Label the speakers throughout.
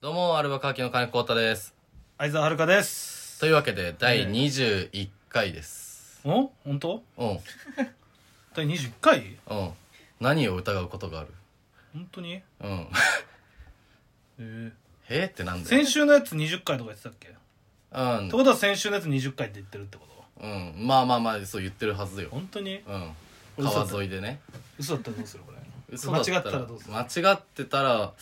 Speaker 1: どうも、アルバカーキの金子浩太です。
Speaker 2: 相沢遥です
Speaker 1: というわけで、第21回です。
Speaker 2: お本当
Speaker 1: うん、
Speaker 2: 第21回
Speaker 1: うん。何を疑うことがある
Speaker 2: 本当に
Speaker 1: うん。
Speaker 2: えー
Speaker 1: へーってなんだよ。
Speaker 2: 先週のやつ20回とか言ってたっけ、
Speaker 1: うん
Speaker 2: って。ことは先週のやつ20回って言ってるってこ
Speaker 1: う
Speaker 2: と
Speaker 1: ん。まあまあまあ、そう言ってるはずよ。
Speaker 2: 本当に
Speaker 1: うん。
Speaker 2: 嘘だった
Speaker 1: 川沿いでね。
Speaker 2: 嘘だったらどうするこれ
Speaker 1: 嘘だ
Speaker 2: 間違ったらどうする
Speaker 1: 間違ってたら、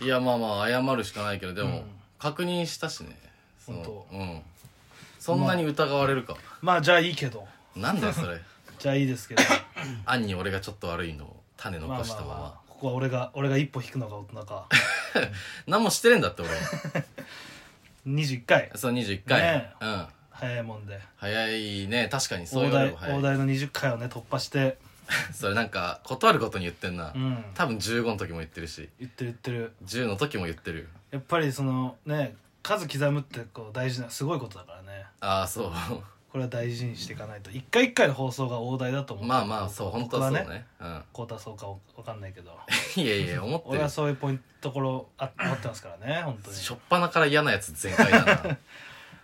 Speaker 1: いやまあまあ、謝るしかないけど、でも、
Speaker 2: うん
Speaker 1: 確認したしね。その
Speaker 2: 本当
Speaker 1: うん。そんなに疑われるか。
Speaker 2: まあじゃあいいけど
Speaker 1: なんだよ、それ。
Speaker 2: じゃあいいですけど
Speaker 1: 案に俺がちょっと悪いのを種
Speaker 2: まあま
Speaker 1: 残
Speaker 2: あ
Speaker 1: したまま。
Speaker 2: まあここは俺が俺が一歩引くのが大人か
Speaker 1: 何もしてねえんだって、俺は。
Speaker 2: 21回
Speaker 1: そう、21回。
Speaker 2: ね
Speaker 1: うん。
Speaker 2: 早いもんで
Speaker 1: 早いね確かにそう
Speaker 2: 大
Speaker 1: 言われ
Speaker 2: 台
Speaker 1: れば早
Speaker 2: 大
Speaker 1: い
Speaker 2: 台の20回をね突破して
Speaker 1: それなんか断ることに言ってんな、
Speaker 2: うん
Speaker 1: 多分15の時も言ってるし
Speaker 2: 言ってる言ってる
Speaker 1: 10の時も言ってる
Speaker 2: やっぱりそのね数刻むってこう大事なすごいことだからね
Speaker 1: ああそう
Speaker 2: これは大事にしていかないと一回一回の放送が大台だと思う
Speaker 1: まあまあそう本当はそうねうん
Speaker 2: こうたそうかわかんないけど
Speaker 1: いやいや思って
Speaker 2: 俺
Speaker 1: る
Speaker 2: はそういうポイントところあ持ってますからね本当に
Speaker 1: しょっぱなから嫌なやつ全開だ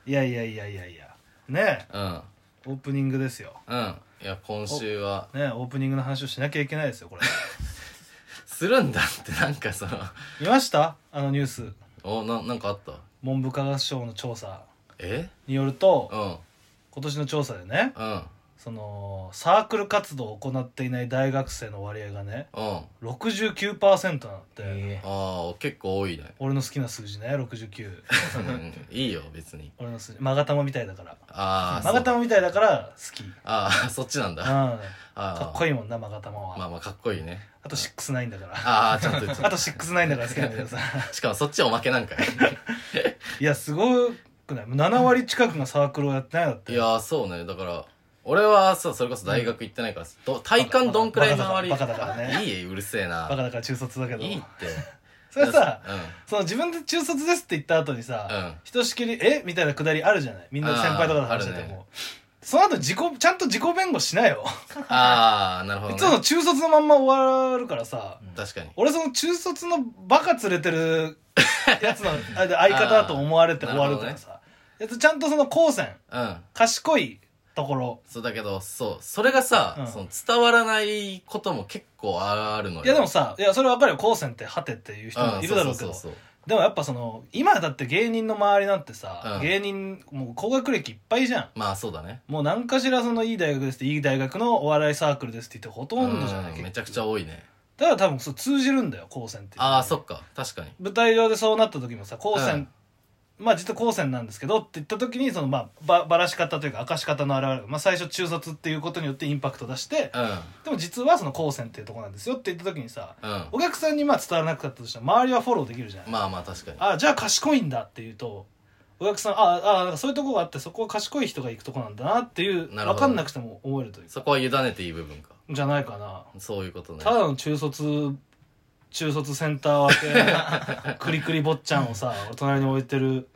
Speaker 2: いやいやいやいやいやねえ
Speaker 1: な
Speaker 2: オープニングですよ
Speaker 1: うんうんいや今週は
Speaker 2: ねえオープニングの話をしなきゃいけないですよこれ
Speaker 1: するんだってなんかその
Speaker 2: 見ましたあのニュース
Speaker 1: おななんかあった
Speaker 2: 文部科学省の調査
Speaker 1: え
Speaker 2: によると
Speaker 1: うん
Speaker 2: 今年の調査でね
Speaker 1: うん
Speaker 2: そのサークル活動を行っていない大学生の割合がね
Speaker 1: うんあ
Speaker 2: 69%なんだって、
Speaker 1: あ結構多いね
Speaker 2: 俺の好きな数字ね69
Speaker 1: うんいいよ別に
Speaker 2: 俺の数字マガタマみたいだから
Speaker 1: ああ
Speaker 2: マガ
Speaker 1: そう
Speaker 2: タマみたいだから好き
Speaker 1: ああそっちなん
Speaker 2: うん
Speaker 1: だ
Speaker 2: か
Speaker 1: ああ
Speaker 2: っこいいもんなマガタマは、
Speaker 1: まあまあかっこいいね
Speaker 2: あと69だから
Speaker 1: ああちょっとちょっと
Speaker 2: あと69だから好きなんだけどさ
Speaker 1: しかもそっちおまけなんかい
Speaker 2: いやすごくない7割近くがサークルをやってないんだって
Speaker 1: いやーそうねだから俺はさそれこそ大学行ってないから、ど体感どんくらいの割り
Speaker 2: バカだからね
Speaker 1: いいうるせえ
Speaker 2: バカ
Speaker 1: な
Speaker 2: だから中卒だけど
Speaker 1: いいって
Speaker 2: それさ
Speaker 1: うん
Speaker 2: その自分で中卒ですって言った後にさ、
Speaker 1: うん
Speaker 2: ひとしきり「えみたいなくだりあるじゃないみんな先輩とかで話してて
Speaker 1: あーある
Speaker 2: も、その後自己ちゃんと自己弁護しなよ、
Speaker 1: ああなるほ
Speaker 2: いつ
Speaker 1: ど、ね、
Speaker 2: も中卒のまんま終わるからさ、
Speaker 1: 確かに
Speaker 2: 俺その中卒のバカ連れてるやつの あで相方だと思われて終わるからさ、やつちゃんとその高専
Speaker 1: うん
Speaker 2: 賢いところ
Speaker 1: そうだけどそうそれがさ、
Speaker 2: うん
Speaker 1: その伝わらないことも結構あるのよ
Speaker 2: いやでもさいやそれ分かるよ高専ってハテっていう人もいるだろうけ
Speaker 1: ん
Speaker 2: ど
Speaker 1: そうそうそう
Speaker 2: でもやっぱその今だって芸人の周りなんてさ、
Speaker 1: うん
Speaker 2: 芸人もう高学歴いっぱいじゃ
Speaker 1: まあそうだね
Speaker 2: んもう何かしらそのいい大学ですっていい大学のお笑いサークルですって言ってほとんどじゃない、
Speaker 1: うんめ
Speaker 2: 結
Speaker 1: ちゃくちゃ多いね
Speaker 2: だから多分そう通じるんだよ高専って
Speaker 1: ああそっか確かに
Speaker 2: 舞台上でそうなった時もさ高専、まあ実は高専なんですけどって言った時にそのまあばばらし方というか明かし方の表れが、まあ、最初中卒っていうことによってインパクト出して
Speaker 1: うん
Speaker 2: でも実はその高専っていうとこなんですよって言った時にさ
Speaker 1: うん
Speaker 2: お客さんにまあ伝わらなかったとしたら周りはフォローできるじゃない、
Speaker 1: まあまあ確かに
Speaker 2: あじゃあ賢いんだっていうとお客さんああなんかそういうとこがあってそこは賢い人が行くとこなんだなっていう
Speaker 1: なるほど
Speaker 2: 分かんなくても思えるという
Speaker 1: そこは委ねていい部分か
Speaker 2: じゃないかな
Speaker 1: そういうことね
Speaker 2: ただの中卒中卒センター分けクリクリ坊ちゃん をさ隣に置いてる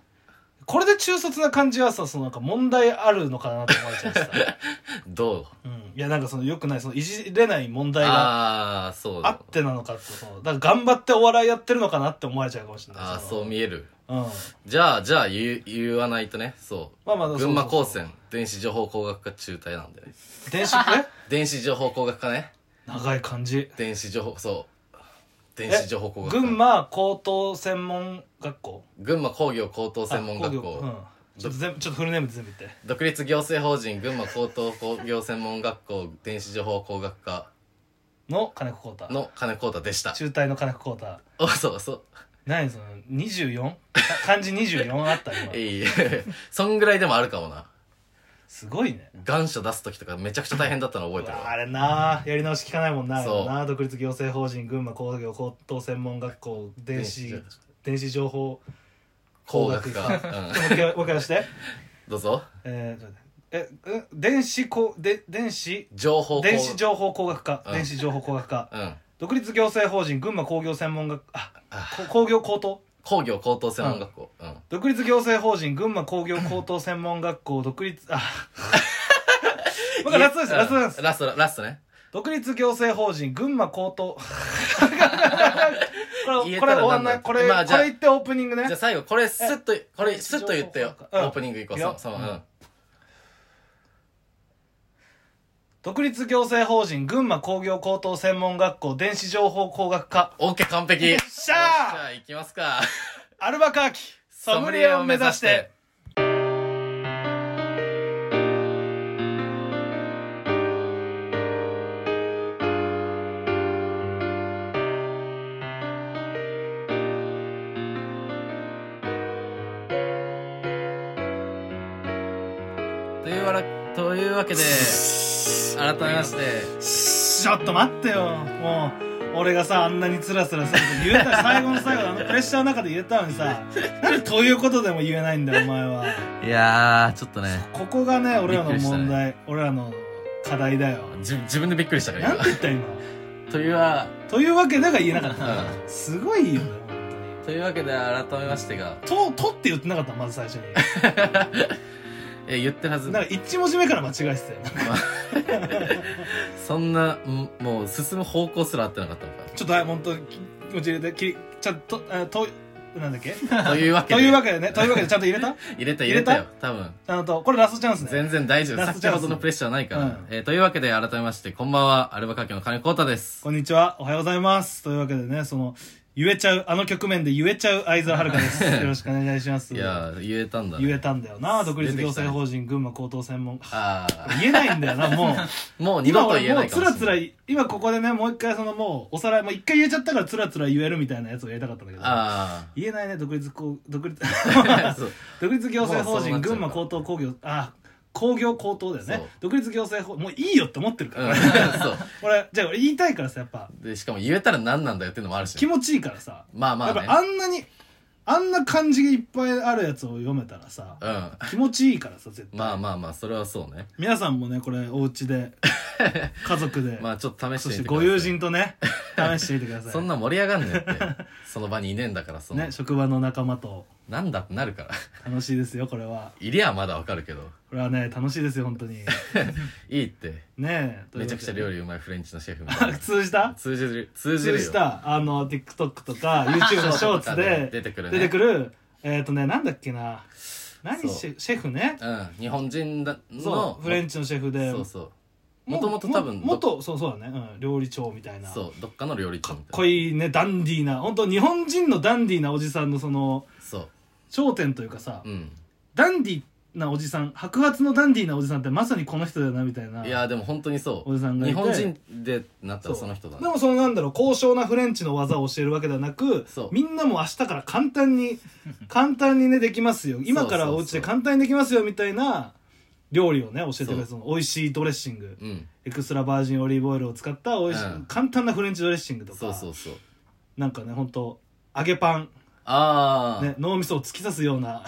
Speaker 2: これで中卒な感じはさそのなんか問題あるのかなと思われちゃうしさ、
Speaker 1: どう
Speaker 2: うん、いやなんかそのよくないそのいじれない問題が
Speaker 1: ああーそう
Speaker 2: あってなのかってそのだから頑張ってお笑いやってるのかなって思われちゃうかもしれない
Speaker 1: ああ
Speaker 2: の
Speaker 1: そう見える
Speaker 2: うん
Speaker 1: じゃあじゃあ言う言わないとねそう
Speaker 2: まあまあそうそうそう
Speaker 1: 群馬高専電子情報工学科中退なんでね
Speaker 2: 電子え
Speaker 1: 電子情報工学科ね
Speaker 2: 長い感じ
Speaker 1: 電子情報そう電子情報工学科
Speaker 2: 群馬高等専門学校
Speaker 1: 群馬工業高等専門学
Speaker 2: あ工業
Speaker 1: 校、
Speaker 2: うんちょっと全部ちょっとフルネームで全部言って
Speaker 1: 独立行政法人群馬高等工業専門学校電子情報工学科
Speaker 2: の金子浩太
Speaker 1: の金子太でした
Speaker 2: 中退の金子浩太
Speaker 1: おそうそう
Speaker 2: 何その 24? 漢字24あった今
Speaker 1: いいそんぐらいでもあるかもな
Speaker 2: すごいね
Speaker 1: 願書出す時とかめちゃくちゃ大変だったの覚えてる
Speaker 2: うわ
Speaker 1: わ
Speaker 2: あれなあやり直し聞かないもんなあれ
Speaker 1: そう
Speaker 2: なあ独立行政法人群馬工業高等専門学校電子
Speaker 1: 電子
Speaker 2: 電子 情報
Speaker 1: 工学科
Speaker 2: 工学
Speaker 1: うん
Speaker 2: もう一回もう一回出して
Speaker 1: どうぞ
Speaker 2: えーちょっと待ってえうん電子工で電子
Speaker 1: 情報工
Speaker 2: 電子情報工学科
Speaker 1: うん
Speaker 2: 電子情報工学科
Speaker 1: うん
Speaker 2: 独立行政法人群馬工業専門学あ
Speaker 1: あ
Speaker 2: こ工業高等
Speaker 1: 工業高等専門学校うん、
Speaker 2: 独立行政法人群馬工業高等専門学校独立 あ僕ラストですラストです
Speaker 1: ラストラストね
Speaker 2: 独立行政法人群馬高等 こ
Speaker 1: 言
Speaker 2: れ
Speaker 1: え
Speaker 2: こ
Speaker 1: た
Speaker 2: れ
Speaker 1: ら
Speaker 2: 終わん
Speaker 1: なだ
Speaker 2: なんいこれ、
Speaker 1: まあじ
Speaker 2: こ
Speaker 1: ゃあ
Speaker 2: れ言ってオープニングね
Speaker 1: じゃあ最後、これスッと、これスッと言ってよ。オ
Speaker 2: うん
Speaker 1: ープニングいこう。
Speaker 2: いい
Speaker 1: そう
Speaker 2: よ、
Speaker 1: そう、う
Speaker 2: うん
Speaker 1: ん。
Speaker 2: 独立行政法人群馬工業高等専門学校電子情報工学科
Speaker 1: オッケー、完璧。
Speaker 2: よっしゃー
Speaker 1: よっしゃ行きますか。
Speaker 2: アルバカーキソムリエを目指して。
Speaker 1: というわら、というわけで、改めまして、
Speaker 2: ちょっと待ってよもう俺がさあんなにつらつらさ言えたら最後の最後であのプレッシャーの中で言えたのにさなんでということでも言えないんだよお前はい
Speaker 1: やー、ちょっとね、
Speaker 2: ここがね俺らの
Speaker 1: びっくりしたね
Speaker 2: 問題、俺らの課題だよ
Speaker 1: じ自分でびっくりしたから
Speaker 2: なん
Speaker 1: 今
Speaker 2: て。言った今
Speaker 1: というわ、
Speaker 2: というわけだが言えなかっ
Speaker 1: う
Speaker 2: たすごいよね
Speaker 1: んというわけで改めましてが、
Speaker 2: 本当にと、とって言ってなかったまず最 初に
Speaker 1: え、言ってるはず。
Speaker 2: なんか一文字目から間違えてたよなんか
Speaker 1: そんな、んもう進む方向すら合ってなかったの
Speaker 2: ちょっとはい本当に気持ち入れてきりちゃんとあとなんだっけ
Speaker 1: か。というわけ
Speaker 2: と
Speaker 1: で。
Speaker 2: いうわけでねというわけでちゃんと入 れた
Speaker 1: 入れた入
Speaker 2: 入
Speaker 1: れ
Speaker 2: れ
Speaker 1: た
Speaker 2: た
Speaker 1: よ。多分。
Speaker 2: あのとこれラストチャンスね
Speaker 1: 全然大丈夫。
Speaker 2: ラストチ
Speaker 1: 先
Speaker 2: ャンス
Speaker 1: ほどのプレッシャーないから。
Speaker 2: うん
Speaker 1: えーというわけで改めまして、こんばんは。アルバカ家の金子太です。
Speaker 2: こんにちは、おはようございます。というわけでね、その、言えちゃう、あの局面で言えちゃう相沢遥 です。よろしくお願いします。
Speaker 1: いやー、言えたんだね。
Speaker 2: 言えたんだよな、独立
Speaker 1: 出て
Speaker 2: 行
Speaker 1: きたね
Speaker 2: 政法人群馬高等 専門。
Speaker 1: ああ。
Speaker 2: 言えないんだよな、もう。
Speaker 1: もう二
Speaker 2: 今
Speaker 1: 度と言え
Speaker 2: 俺も
Speaker 1: な
Speaker 2: う
Speaker 1: いか
Speaker 2: つ
Speaker 1: もしれな
Speaker 2: ら
Speaker 1: い。
Speaker 2: つら、今ここでね、もう一回そのもう、おさらい、もう一回言えちゃったからつらつら言えるみたいなやつをやりたかったんだけど。
Speaker 1: あ
Speaker 2: 言えないね、独立こう、 独立、
Speaker 1: あ。そう
Speaker 2: 独立行政法
Speaker 1: も
Speaker 2: 人
Speaker 1: うそう
Speaker 2: 群
Speaker 1: なっちゃうから
Speaker 2: 馬高等工業、あ、工業高等だよ
Speaker 1: そう
Speaker 2: ね。独立行政法、もういいよって思ってるか
Speaker 1: う
Speaker 2: ら。
Speaker 1: ん。そう。
Speaker 2: 俺、じゃあ俺言いたいからさ、やっぱ、
Speaker 1: で、しかも言えたら何なんだよっていうのもあるし
Speaker 2: 気。持ちいいからさ。
Speaker 1: まあまあ
Speaker 2: やっぱ
Speaker 1: ね。
Speaker 2: あんなにあんな漢字がいっぱいあるやつを読めたらさ
Speaker 1: うん。
Speaker 2: 気持ちいいからさ絶対
Speaker 1: まあまあまあ、それはそうね。
Speaker 2: 皆さんもねこれお 家で家族で、
Speaker 1: まあちょっと試して
Speaker 2: そ
Speaker 1: み
Speaker 2: してて
Speaker 1: ください
Speaker 2: ご友人 とね試してみてください
Speaker 1: そんな盛り上がんねえって。 その場にいねえんだから、その
Speaker 2: ね、職場の仲間と
Speaker 1: なんだってなるから。
Speaker 2: 楽しいですよこれはい
Speaker 1: りゃまだわかるけど。
Speaker 2: これはね楽しいですよ本当に
Speaker 1: いいって。
Speaker 2: ね
Speaker 1: めちゃくちゃ料
Speaker 2: 理
Speaker 1: 理うまいフレンチのシェフみた いな。
Speaker 2: 通じた
Speaker 1: 通じる、通じ
Speaker 2: 通
Speaker 1: る
Speaker 2: じ
Speaker 1: よ。
Speaker 2: たあの TikTok と か YouTube のショーツで
Speaker 1: 出てくるね
Speaker 2: 出てくるえっとねなんだっけな何
Speaker 1: そう
Speaker 2: シェシェフね
Speaker 1: うん。日本人だ
Speaker 2: そ
Speaker 1: の、
Speaker 2: うフレンチのシェフで
Speaker 1: そうそう。もともと多分
Speaker 2: も元そうそうだね、うん、料理長みたいな
Speaker 1: そう、どっかの料理長
Speaker 2: か
Speaker 1: み
Speaker 2: った
Speaker 1: いな。
Speaker 2: こいいねダンディーな本当日本人のダンディーなおじさんのその
Speaker 1: そ
Speaker 2: 頂点というかさ、
Speaker 1: う。うん。
Speaker 2: ダンディーなおじさん白髪のダンディーなおじさんってまさにこの人だよなみたいない
Speaker 1: やーでも本当にそ
Speaker 2: おじさん
Speaker 1: う。
Speaker 2: がい
Speaker 1: 日
Speaker 2: て
Speaker 1: 本人でなった
Speaker 2: そう
Speaker 1: らその人だ
Speaker 2: で
Speaker 1: な。
Speaker 2: もそのなんだろう高尚なフレンチの技を教えるわけではなく
Speaker 1: そう
Speaker 2: みんなも明日から簡 単に簡単にねできますよ今からお家で簡単にできますよみたいな料理をね教えてくれるその美味しいドレッシング
Speaker 1: うん。
Speaker 2: エクストラバージンオリーブオイルを使った美味しい、
Speaker 1: うん
Speaker 2: 簡単なフレンチドレッシングとか
Speaker 1: そうそうそう。
Speaker 2: なんかね、ほんと、揚げパン、
Speaker 1: ああ。
Speaker 2: ね、脳みそを突き刺すよう な、っ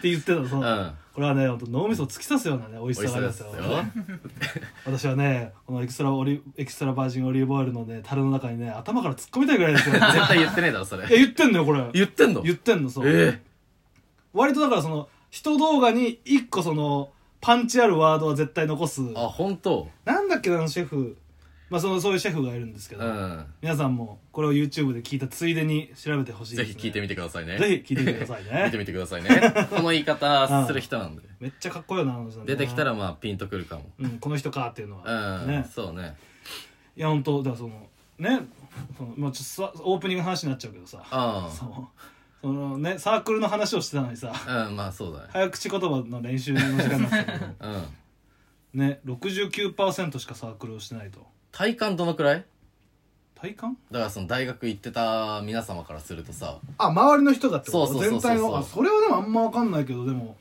Speaker 2: て言ってたの、そうの
Speaker 1: ん。
Speaker 2: これはね、ほんと脳みそを突き刺すようなね、美味し
Speaker 1: 美味
Speaker 2: さ
Speaker 1: し
Speaker 2: があ
Speaker 1: そう
Speaker 2: り
Speaker 1: で
Speaker 2: ます
Speaker 1: すよ
Speaker 2: よ。。私はね、このエクストラオリエクストラバージンオリーブオイルのね、樽の中にね、頭から突っ込みたいぐらいで すよ。
Speaker 1: 絶対言ってねえだろ、そ
Speaker 2: え、
Speaker 1: れ。
Speaker 2: 言ってんのよ、これ。
Speaker 1: 言ってんの
Speaker 2: 言ってんの、そう。
Speaker 1: え
Speaker 2: 割とだから、その、人動画に一個その、パンチあるワードは絶対残す。
Speaker 1: えあ、本当
Speaker 2: なんだっけな、あのシェフ。まあ、その、そういうシェフがいるんですけど、
Speaker 1: うん。
Speaker 2: 皆さんも、これを YouTube で聞いたついでに調べてほしいで
Speaker 1: ぜ
Speaker 2: す、ね。
Speaker 1: ひ聞いてみてくださいね。
Speaker 2: ぜひ聞いてみてくださいね
Speaker 1: 見てみてください ね。この言い方する人なんで。
Speaker 2: めっちゃかっこよなあの人ね
Speaker 1: 出てきたらまあピンとくるかも。
Speaker 2: うん、この人かっていうの
Speaker 1: う
Speaker 2: は、
Speaker 1: ん
Speaker 2: ね。
Speaker 1: そうね。
Speaker 2: いや本当だからそのねその、まあ、ちょっとさオープニングの話になっちゃうけどさ
Speaker 1: あ
Speaker 2: そのそのねサークルの話をしてたのにさ
Speaker 1: あ。うん、まあそうだね。
Speaker 2: 早口言葉の練習の時間なんです けど
Speaker 1: うん。
Speaker 2: ね69%しかサークルをしてないと
Speaker 1: 体感どのくらい
Speaker 2: 体感
Speaker 1: だからその大学行ってた皆様からするとさ、
Speaker 2: あ周りの人がって
Speaker 1: ことそうそうそうそう全体のあ
Speaker 2: それはでもあんま分かんないけどでも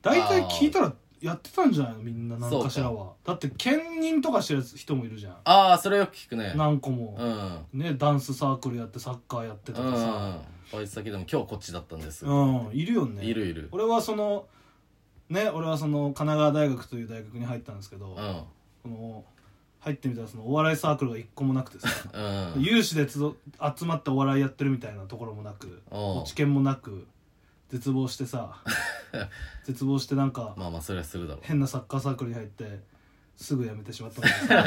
Speaker 2: 大体聞いたらやってたんじゃないのみんな何かしらはだって兼任とかしてる人もいるじゃん
Speaker 1: ああ、それよく聞くね。
Speaker 2: 何個も
Speaker 1: う、ん。
Speaker 2: ねダンスサークルやってサッカーやって
Speaker 1: う
Speaker 2: と
Speaker 1: ん
Speaker 2: かさ、。
Speaker 1: バイト先でも今日こっちだったんです。
Speaker 2: うんいるよね
Speaker 1: いるいる。
Speaker 2: 俺はそのね俺はその神奈川大学という大学に入ったんですけ
Speaker 1: う
Speaker 2: ど、
Speaker 1: ん。
Speaker 2: その入ってみたらそのお笑いサークルが一個もなくてさ
Speaker 1: うん。
Speaker 2: 有志で集集まってお笑いやってるみたいなところもなく
Speaker 1: おう
Speaker 2: 知見もなく絶 望してさ絶望してなんか
Speaker 1: まあまあ、それはするだろう。
Speaker 2: 変なサッカーサークルに入ってすぐやめてしまったんですけど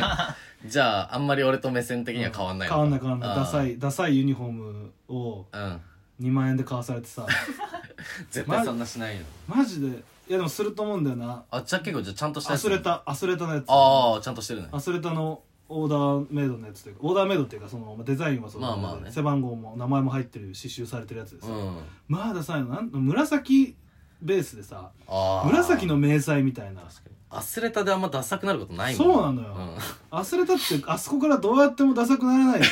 Speaker 1: じゃああんまり俺と目線的には変わん ないの
Speaker 2: 変
Speaker 1: か
Speaker 2: わんない変わんない
Speaker 1: あー
Speaker 2: ダサいダサいユニフォームを
Speaker 1: うん
Speaker 2: 2万円で買わされてさ
Speaker 1: 絶対そんなしないよ
Speaker 2: マジでいやでもすると思うんだよな
Speaker 1: あじゃあ結構じゃあちゃんとした
Speaker 2: ア
Speaker 1: やつ
Speaker 2: スレタアスレタのやつ
Speaker 1: ああちゃんとしてるね
Speaker 2: アスレタのオーダーメイドのやつというかオーダーメイドっていうかそのまあデザインはその、
Speaker 1: まあまあね
Speaker 2: 背番号も名前も入ってる刺繍されてるやつです、
Speaker 1: うん
Speaker 2: まあダサいのなん紫ベースでさ
Speaker 1: ああ
Speaker 2: 紫の迷彩みたいな
Speaker 1: アスレタであんまダサくなることないもん
Speaker 2: そうなのよアスレタってあそこからどうやってもダサくなら ない
Speaker 1: う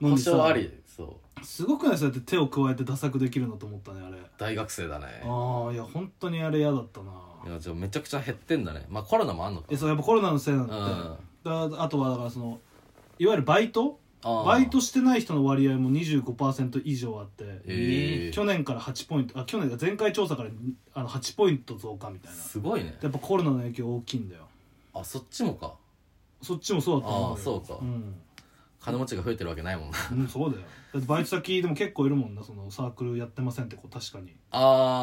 Speaker 2: の
Speaker 1: ん 保
Speaker 2: にさ
Speaker 1: 証ありそう
Speaker 2: すごくないそうやって手を加えてダサくできるのと思ったねあれ
Speaker 1: 大学生だね
Speaker 2: ああいや本当にあれ嫌だったない
Speaker 1: やじゃあめちゃくちゃ減ってんだねまあコロナもあんのか
Speaker 2: えそうやっぱコロナのせいなん
Speaker 1: うん
Speaker 2: だって、
Speaker 1: あ
Speaker 2: だあとはだからそのいわゆるバイト
Speaker 1: ー
Speaker 2: バイトしてない人の割合も25%以上あって、
Speaker 1: えー
Speaker 2: 去年から8ポイントあ去年が前回調査からあの8ポイント増加みたいな
Speaker 1: すごいね
Speaker 2: やっぱコロナの影響大きいんだよ
Speaker 1: あそっちもか
Speaker 2: そっちもそうだと思うよ
Speaker 1: ああそうか
Speaker 2: うん、
Speaker 1: 金持ちが増えてるわけない もんな
Speaker 2: うん、そうだよだってバイト先でも結構いるもんなそのサークルやってませんって子確かに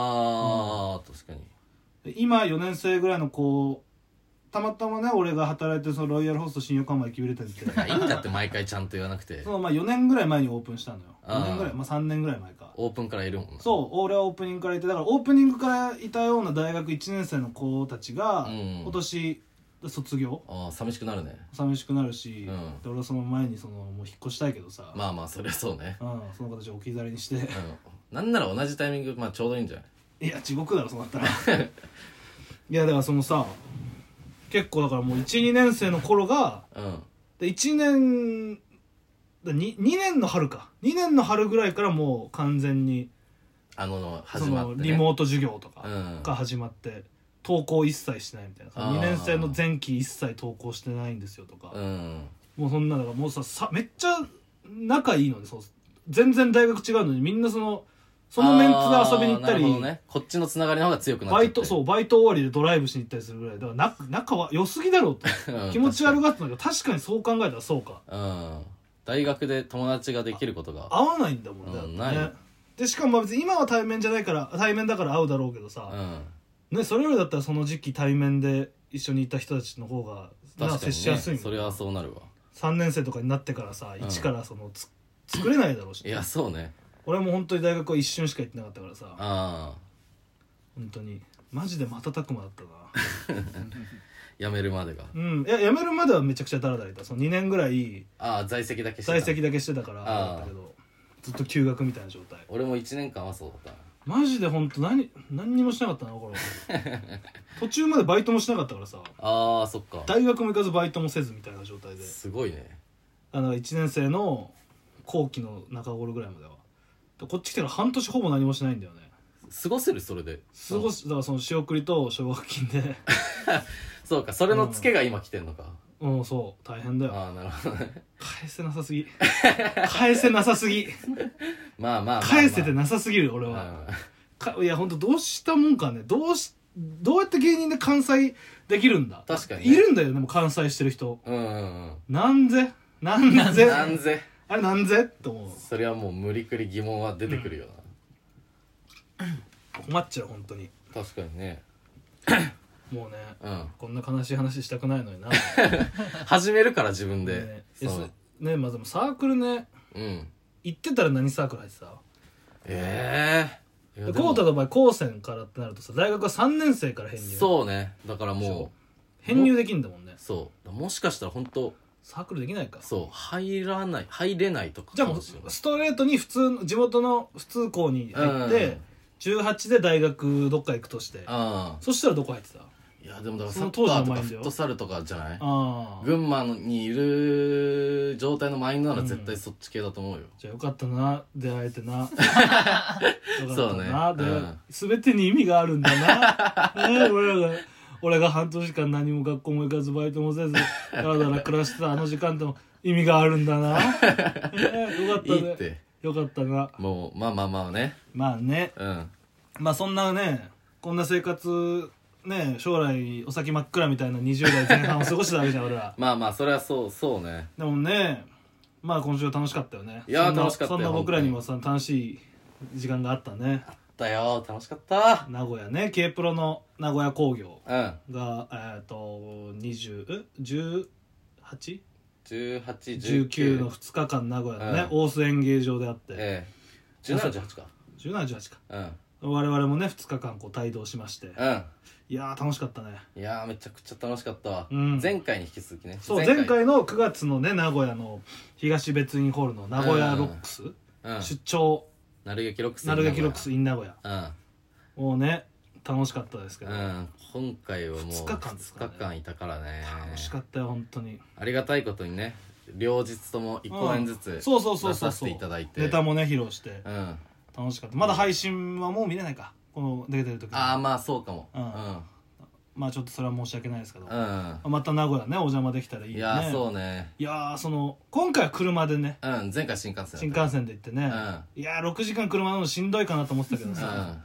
Speaker 1: あー確かに
Speaker 2: で今4年生ぐらいの子たまたまね俺が働いてるそのロイヤルホスト新横浜駅ビ ル店って
Speaker 1: いいんだって毎回ちゃんと言わなくて
Speaker 2: そのまあ4年ぐらい前にオープンしたのよ
Speaker 1: あー
Speaker 2: 4年ぐらいまあ3年ぐらい前か
Speaker 1: オープンからいるもんな
Speaker 2: そう俺はオープニングからいてだからオープニングからいたような大学1年生の子たちが、
Speaker 1: うん
Speaker 2: 今年卒業
Speaker 1: ああ寂しくなるね
Speaker 2: 寂しくなるし、
Speaker 1: うん
Speaker 2: で俺はその前にそのもう引っ越したいけどさ、
Speaker 1: まあまあそりゃそうね
Speaker 2: うん、その子たちを置き去りにして
Speaker 1: うんなんなら同じタイミングまあちょうどいいんじゃない
Speaker 2: いや地獄だろそうなったら いやだからそのさ結構だからもう12年生の頃が
Speaker 1: うん
Speaker 2: で1年だ 2, 2年の春か2年の春ぐらいからもう完全に
Speaker 1: あの始
Speaker 2: そ
Speaker 1: まって
Speaker 2: の
Speaker 1: ね
Speaker 2: リモート授業とか
Speaker 1: うん
Speaker 2: が始まって登校一切しないみたいな
Speaker 1: あー
Speaker 2: 2年生の前期一切登校してないんですよとか
Speaker 1: うん
Speaker 2: もうそんなのがもうささめっちゃ仲いいのにそう全然大学違うのにみんなそのそのメンツで遊びに行った
Speaker 1: あーなる
Speaker 2: り
Speaker 1: ほどねこっちのつながりの方が強くなっちゃっ
Speaker 2: バ
Speaker 1: て
Speaker 2: イトそうバイト終わりでドライブしに行ったりするぐらいだからな仲は良すぎだろうと
Speaker 1: うん
Speaker 2: 気持ち悪がってたけど確かにそう考えたらそうか
Speaker 1: うん大学で友達ができることが
Speaker 2: 合わないんだもんね,、
Speaker 1: うんない
Speaker 2: ねでしかもまあ別に今は対面じゃないから対面だから合うだろうけど
Speaker 1: う
Speaker 2: さ、
Speaker 1: ん
Speaker 2: ね、それよりだったらその時期対面で一緒にいた人たちの方が
Speaker 1: 確
Speaker 2: な
Speaker 1: か
Speaker 2: 接
Speaker 1: に
Speaker 2: しやす
Speaker 1: ね
Speaker 2: いも
Speaker 1: そ
Speaker 2: ん
Speaker 1: れはそうなるわ
Speaker 2: 3年生とかになってからさ
Speaker 1: うん
Speaker 2: 一からそのつ、作れないだろうし
Speaker 1: いやそうね
Speaker 2: 俺も本当に大学は一瞬しか行ってなかったからさ
Speaker 1: ああ
Speaker 2: 本当にマジで瞬く間だったな
Speaker 1: 辞めるまでが
Speaker 2: うんいや辞めるまではめちゃくちゃダラダラいたその2年ぐらい
Speaker 1: ああ在籍だけしてた
Speaker 2: 在籍だけしてたから
Speaker 1: あー
Speaker 2: だったけどずっと休学みたいな状態
Speaker 1: 俺も1年間はそうだっ
Speaker 2: マジで本当何何にもしなかった なこれ途中までバイトもしなかったからさ
Speaker 1: たなあーそっか
Speaker 2: 大学も行かずバイトもせずみたいな状態です
Speaker 1: ごいね
Speaker 2: あの1年生の後期の中頃ぐらいまではでこっち来てから半年ほぼ何もしないんだよね
Speaker 1: 過ごせるそれで
Speaker 2: 過ごすだからその仕送りと奨学金で
Speaker 1: そうかそれのツケが今来てんのか
Speaker 2: うんそう大変だよ
Speaker 1: ああなるほどね
Speaker 2: 返せなさすぎ返せなさすぎ
Speaker 1: まあまあまあまあ
Speaker 2: 返せてなさすぎる俺は、かいや本当どうしたもんかねどうしどうやって芸人で関西できるんだ
Speaker 1: 確かにね
Speaker 2: いるんだよでも関西してる人
Speaker 1: うんうんうん
Speaker 2: なんぜなん
Speaker 1: う
Speaker 2: ぜ
Speaker 1: ん なんぜ
Speaker 2: あれなんぜって思う
Speaker 1: それはもう無理くり疑問は出てくるよな、
Speaker 2: 困っちゃう本当に
Speaker 1: 確かにね
Speaker 2: もうね
Speaker 1: うん
Speaker 2: こんな悲しい話したくないのにな
Speaker 1: 始めるから自分で、
Speaker 2: ねえ
Speaker 1: そう
Speaker 2: そねまあでもサークルね
Speaker 1: うん
Speaker 2: 行ってたら何サークル入ってた
Speaker 1: ええいや
Speaker 2: で
Speaker 1: でも
Speaker 2: コウタの場合高専からってなるとさ大学は3年生から編入
Speaker 1: そうねだからも
Speaker 2: 編入できんだもんね
Speaker 1: うそうもしかしたら本当
Speaker 2: サークルできないか
Speaker 1: そう入らない入れないとか
Speaker 2: じゃあも
Speaker 1: か
Speaker 2: う
Speaker 1: しれない
Speaker 2: ストレートに普通の地元の普通校に入って18で大学どっか行くとして
Speaker 1: あ
Speaker 2: そしたらどこ入ってたあ
Speaker 1: あいやでもだから
Speaker 2: そ
Speaker 1: サ
Speaker 2: の
Speaker 1: ッカー
Speaker 2: 当時
Speaker 1: と
Speaker 2: の
Speaker 1: か
Speaker 2: マイン
Speaker 1: フ
Speaker 2: ドよ
Speaker 1: ットサルとかじゃない
Speaker 2: あー
Speaker 1: 群馬にいる状態のマインドなら絶対そっち系だと思うよ、
Speaker 2: じゃあよかったな出会えて なよかった
Speaker 1: そうね
Speaker 2: なで、
Speaker 1: うん
Speaker 2: 全てに意味があるんだな、ね俺らが俺が半年間何も学校も行かずバイトもせずだらだら暮らしてたあの時間でも意味があるんだな、ねよかったね
Speaker 1: いいって
Speaker 2: よかったな
Speaker 1: もうまあまあまあね
Speaker 2: まあね
Speaker 1: うん
Speaker 2: まあそんなねこんな生活ね将来お先真っ暗みたいな20代前半を過ごしてたわけじゃん俺ら
Speaker 1: まあまあそれはそうそうね
Speaker 2: でもねまあ今週は楽しかったよね
Speaker 1: いやー
Speaker 2: そんな
Speaker 1: 楽しかったよ
Speaker 2: そんな僕らにもさ楽しい時間があったね
Speaker 1: あったよ楽しかった
Speaker 2: 名古屋ね K プロの名古屋工業
Speaker 1: うん
Speaker 2: がえっ、と20え 18?19
Speaker 1: 1819
Speaker 2: の2日間名古屋のね、
Speaker 1: うん
Speaker 2: 大須演芸場であって、
Speaker 1: ええ1718か
Speaker 2: 1718か
Speaker 1: うん
Speaker 2: 我々もね2日間こう帯同しまして、
Speaker 1: うん
Speaker 2: いやー楽しかったね
Speaker 1: いやーめちゃくちゃ楽しかったわ、
Speaker 2: うん
Speaker 1: 前回に引き続きね
Speaker 2: そう前回の9月のね名古屋の東別院ホールの名古屋ロックス、
Speaker 1: うん
Speaker 2: 出張
Speaker 1: なるげきロックス
Speaker 2: なるべきロックス in 名古屋
Speaker 1: うん
Speaker 2: もうね楽しかったですけ
Speaker 1: う
Speaker 2: ど、
Speaker 1: ん今回はもう
Speaker 2: 二日間ですからね
Speaker 1: 二日間いたからね
Speaker 2: 楽しかったよ本当に
Speaker 1: ありがたいことにね両日とも1公演ず
Speaker 2: う
Speaker 1: つ
Speaker 2: んそうそうそう
Speaker 1: 出
Speaker 2: そ
Speaker 1: さ
Speaker 2: う
Speaker 1: せ
Speaker 2: そう
Speaker 1: ていただいて
Speaker 2: ネタもね披露して
Speaker 1: うんあ
Speaker 2: 楽しかったまだ配信はもう見れないかこの出てる時に
Speaker 1: あーまあそうかも
Speaker 2: うんまあちょっとそれは申し訳ないですけど、
Speaker 1: うん、うん
Speaker 2: また名古屋ねお邪魔できたらいいよ
Speaker 1: い
Speaker 2: ね
Speaker 1: やーそうね
Speaker 2: いやーその今回は車でね
Speaker 1: うん前回新幹線
Speaker 2: 新幹線で行ってね、いやー6時間車乗るのしんどいかなと思ってたけど
Speaker 1: うんう
Speaker 2: さ、
Speaker 1: ん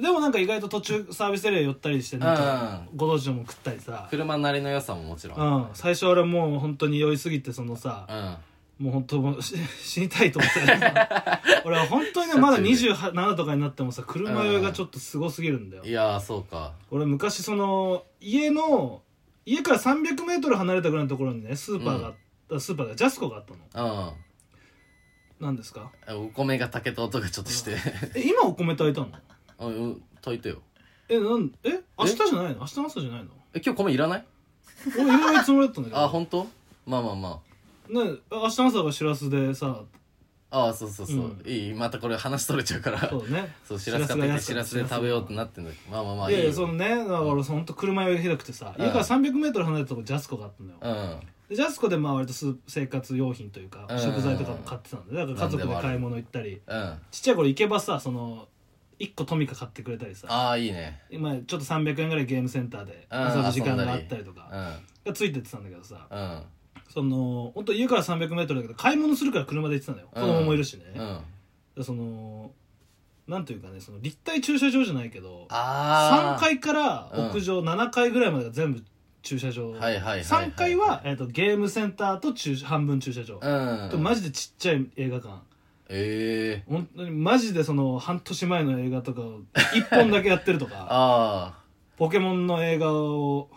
Speaker 2: でもなんか意外と途中サービスエリア寄ったりしてなんかご当地のも食ったりさ、
Speaker 1: 車なりの良さももちろん
Speaker 2: うん、最初俺はもう本当に酔いすぎてそのさ、
Speaker 1: うん
Speaker 2: もう本当もうし死にたいと思ってたけど さ俺は本当にねまだ27とかになってもさ車酔いがちょっとすごすぎるんだよ、
Speaker 1: いやーそうか
Speaker 2: 俺昔その家の家から 300m 離れたぐらいのところにねスーパーがあった、スーパーがジャスコがあったの
Speaker 1: うん
Speaker 2: 何で すか
Speaker 1: えお米が炊けた音がちょっとして
Speaker 2: え今お米炊いた
Speaker 1: う
Speaker 2: の
Speaker 1: んうん炊いてよ
Speaker 2: えなんえ明日じゃないの明日の朝じゃないの
Speaker 1: え今日米いらない
Speaker 2: 俺いらないつもりだったんだけど
Speaker 1: あ本当まあまあま
Speaker 2: ね明日の朝がしらすでさ
Speaker 1: あああそうそうそう、
Speaker 2: うん
Speaker 1: いいまたこれ話取れちゃうから
Speaker 2: そうね
Speaker 1: そうしらす買ってきて
Speaker 2: し
Speaker 1: し
Speaker 2: ら
Speaker 1: ら
Speaker 2: す
Speaker 1: す
Speaker 2: が
Speaker 1: で
Speaker 2: 安かった
Speaker 1: 食べようってなってんだけどまあまあまあ
Speaker 2: いやい
Speaker 1: よ
Speaker 2: やそのねだから俺そのほんと車酔いがひどくてさ、
Speaker 1: うん
Speaker 2: 家から 300m 離れたとこジャスコがあったんだよ、
Speaker 1: うん
Speaker 2: でジャスコでまあ割とす生活用品というか、
Speaker 1: うん
Speaker 2: 食材とかも買ってたんでだから家族で買い物行ったり
Speaker 1: うんあ
Speaker 2: ちっちゃい頃行けばさその1個トミカ買ってくれたりさ
Speaker 1: あいいね
Speaker 2: 今ちょっと300円ぐらいゲームセンターで
Speaker 1: うん
Speaker 2: 遊ぶ時間があったりと
Speaker 1: う
Speaker 2: か
Speaker 1: ん
Speaker 2: がついてってたんだけどさ
Speaker 1: うん
Speaker 2: その本当家から 300m だけど買い物するから車で行ってたんだよ子供もいるしね、
Speaker 1: うんあ
Speaker 2: でそのなんていうかねその立体駐車場じゃないけど3
Speaker 1: あ
Speaker 2: 階から屋上7階ぐらいまでが全部駐車場、
Speaker 1: はいはいはいはい
Speaker 2: 3階は、えー、とゲームセンターと駐半分駐車場、
Speaker 1: うん
Speaker 2: とマジでちっちゃい映画館
Speaker 1: ええ
Speaker 2: 本当にマジでその半年前の映画とかを1本だけやってるとか
Speaker 1: あ
Speaker 2: ポケモンの映画を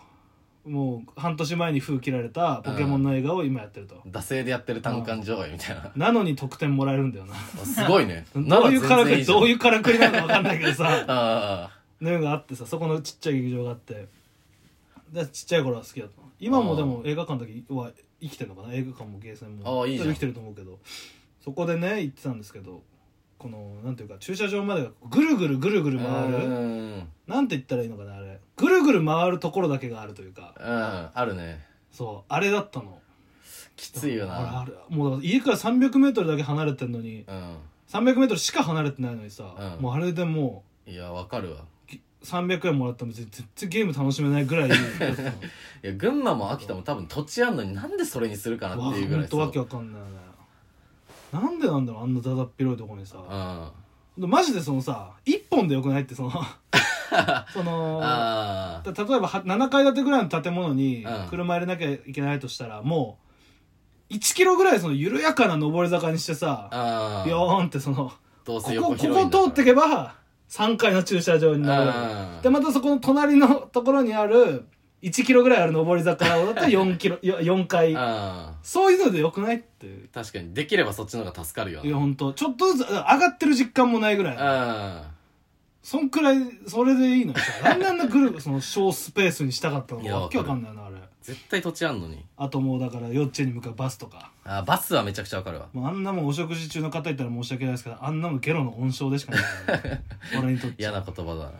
Speaker 2: もう半年前に封切られたポケモンの映画を今やってると
Speaker 1: あ、惰性でやってる単館上映みたいな
Speaker 2: なのに得点もらえるんだよな
Speaker 1: あすごいね
Speaker 2: どういうからくりどう
Speaker 1: いう
Speaker 2: いうからくりなのか分かんないけどさ
Speaker 1: あ
Speaker 2: のがあってさそこのちっちゃい劇場があってでちっちゃい頃は好きだったの今もでも映画館だけは生きてるのかな映画館もゲーセンも
Speaker 1: ああいいじゃん
Speaker 2: 生きてると思うけどそこでね行ってたんですけどこのなんていうか駐車場までがぐるぐるぐるぐ
Speaker 1: あ
Speaker 2: る回
Speaker 1: う
Speaker 2: る
Speaker 1: んうん
Speaker 2: なんて言ったらいいのかなあれぐるぐる回るところだけがあるというか
Speaker 1: あるね
Speaker 2: そうあれだったの
Speaker 1: きついよ
Speaker 2: あ
Speaker 1: な
Speaker 2: れあれもうだから家から 300m だけ離れてんのに
Speaker 1: うん
Speaker 2: 300m しか離れてないのにさ、
Speaker 1: うん
Speaker 2: もうあれでもう
Speaker 1: いやわかるわ
Speaker 2: 300円もらっても全然ゲーム楽しめないぐらいやってたの
Speaker 1: いや群馬も秋田も多分土地あんのになんでそれにするかな
Speaker 2: わ
Speaker 1: っていうぐら
Speaker 2: ほ
Speaker 1: い
Speaker 2: んと
Speaker 1: そう
Speaker 2: わけわかんないよねなんでなんだろうあんなだだっ広いとこにさ
Speaker 1: うん
Speaker 2: でマジでそのさ1本でよくないってそ のその
Speaker 1: あ
Speaker 2: た例えばは7階建てぐらいの建物に
Speaker 1: うん
Speaker 2: 車入れなきゃいけないとしたらもう1キロぐらいその緩やかな上り坂にしてさ
Speaker 1: あ
Speaker 2: ビヨーンってその
Speaker 1: どうせ
Speaker 2: ここ
Speaker 1: 横
Speaker 2: こ
Speaker 1: 広いんだ
Speaker 2: こ通ってけば3階の駐車場になる
Speaker 1: うん
Speaker 2: でまたそこの隣のところにある1キロぐらいある上り坂だったら4キロよ四階
Speaker 1: あ
Speaker 2: そういうのでよくないっていう
Speaker 1: ー確かにできればそっちの方が助かるよ
Speaker 2: いや
Speaker 1: な
Speaker 2: 本当ちょっとずつ上がってる実感もないぐらいそんくらいそれでいいのにさなんであんなぐ るその小スペースにしたかったの
Speaker 1: い
Speaker 2: か
Speaker 1: や
Speaker 2: わけわかんないなあれ
Speaker 1: うん絶対土地あんのに
Speaker 2: あともうだから幼稚園に向かうバスとか
Speaker 1: あーバスはめちゃくちゃわかるわ
Speaker 2: もうあんなもんお食事中の方いたら申し訳ないですけどあんなもんゲロの温床でしかないからね俺にとって
Speaker 1: 嫌
Speaker 2: は
Speaker 1: な言葉だな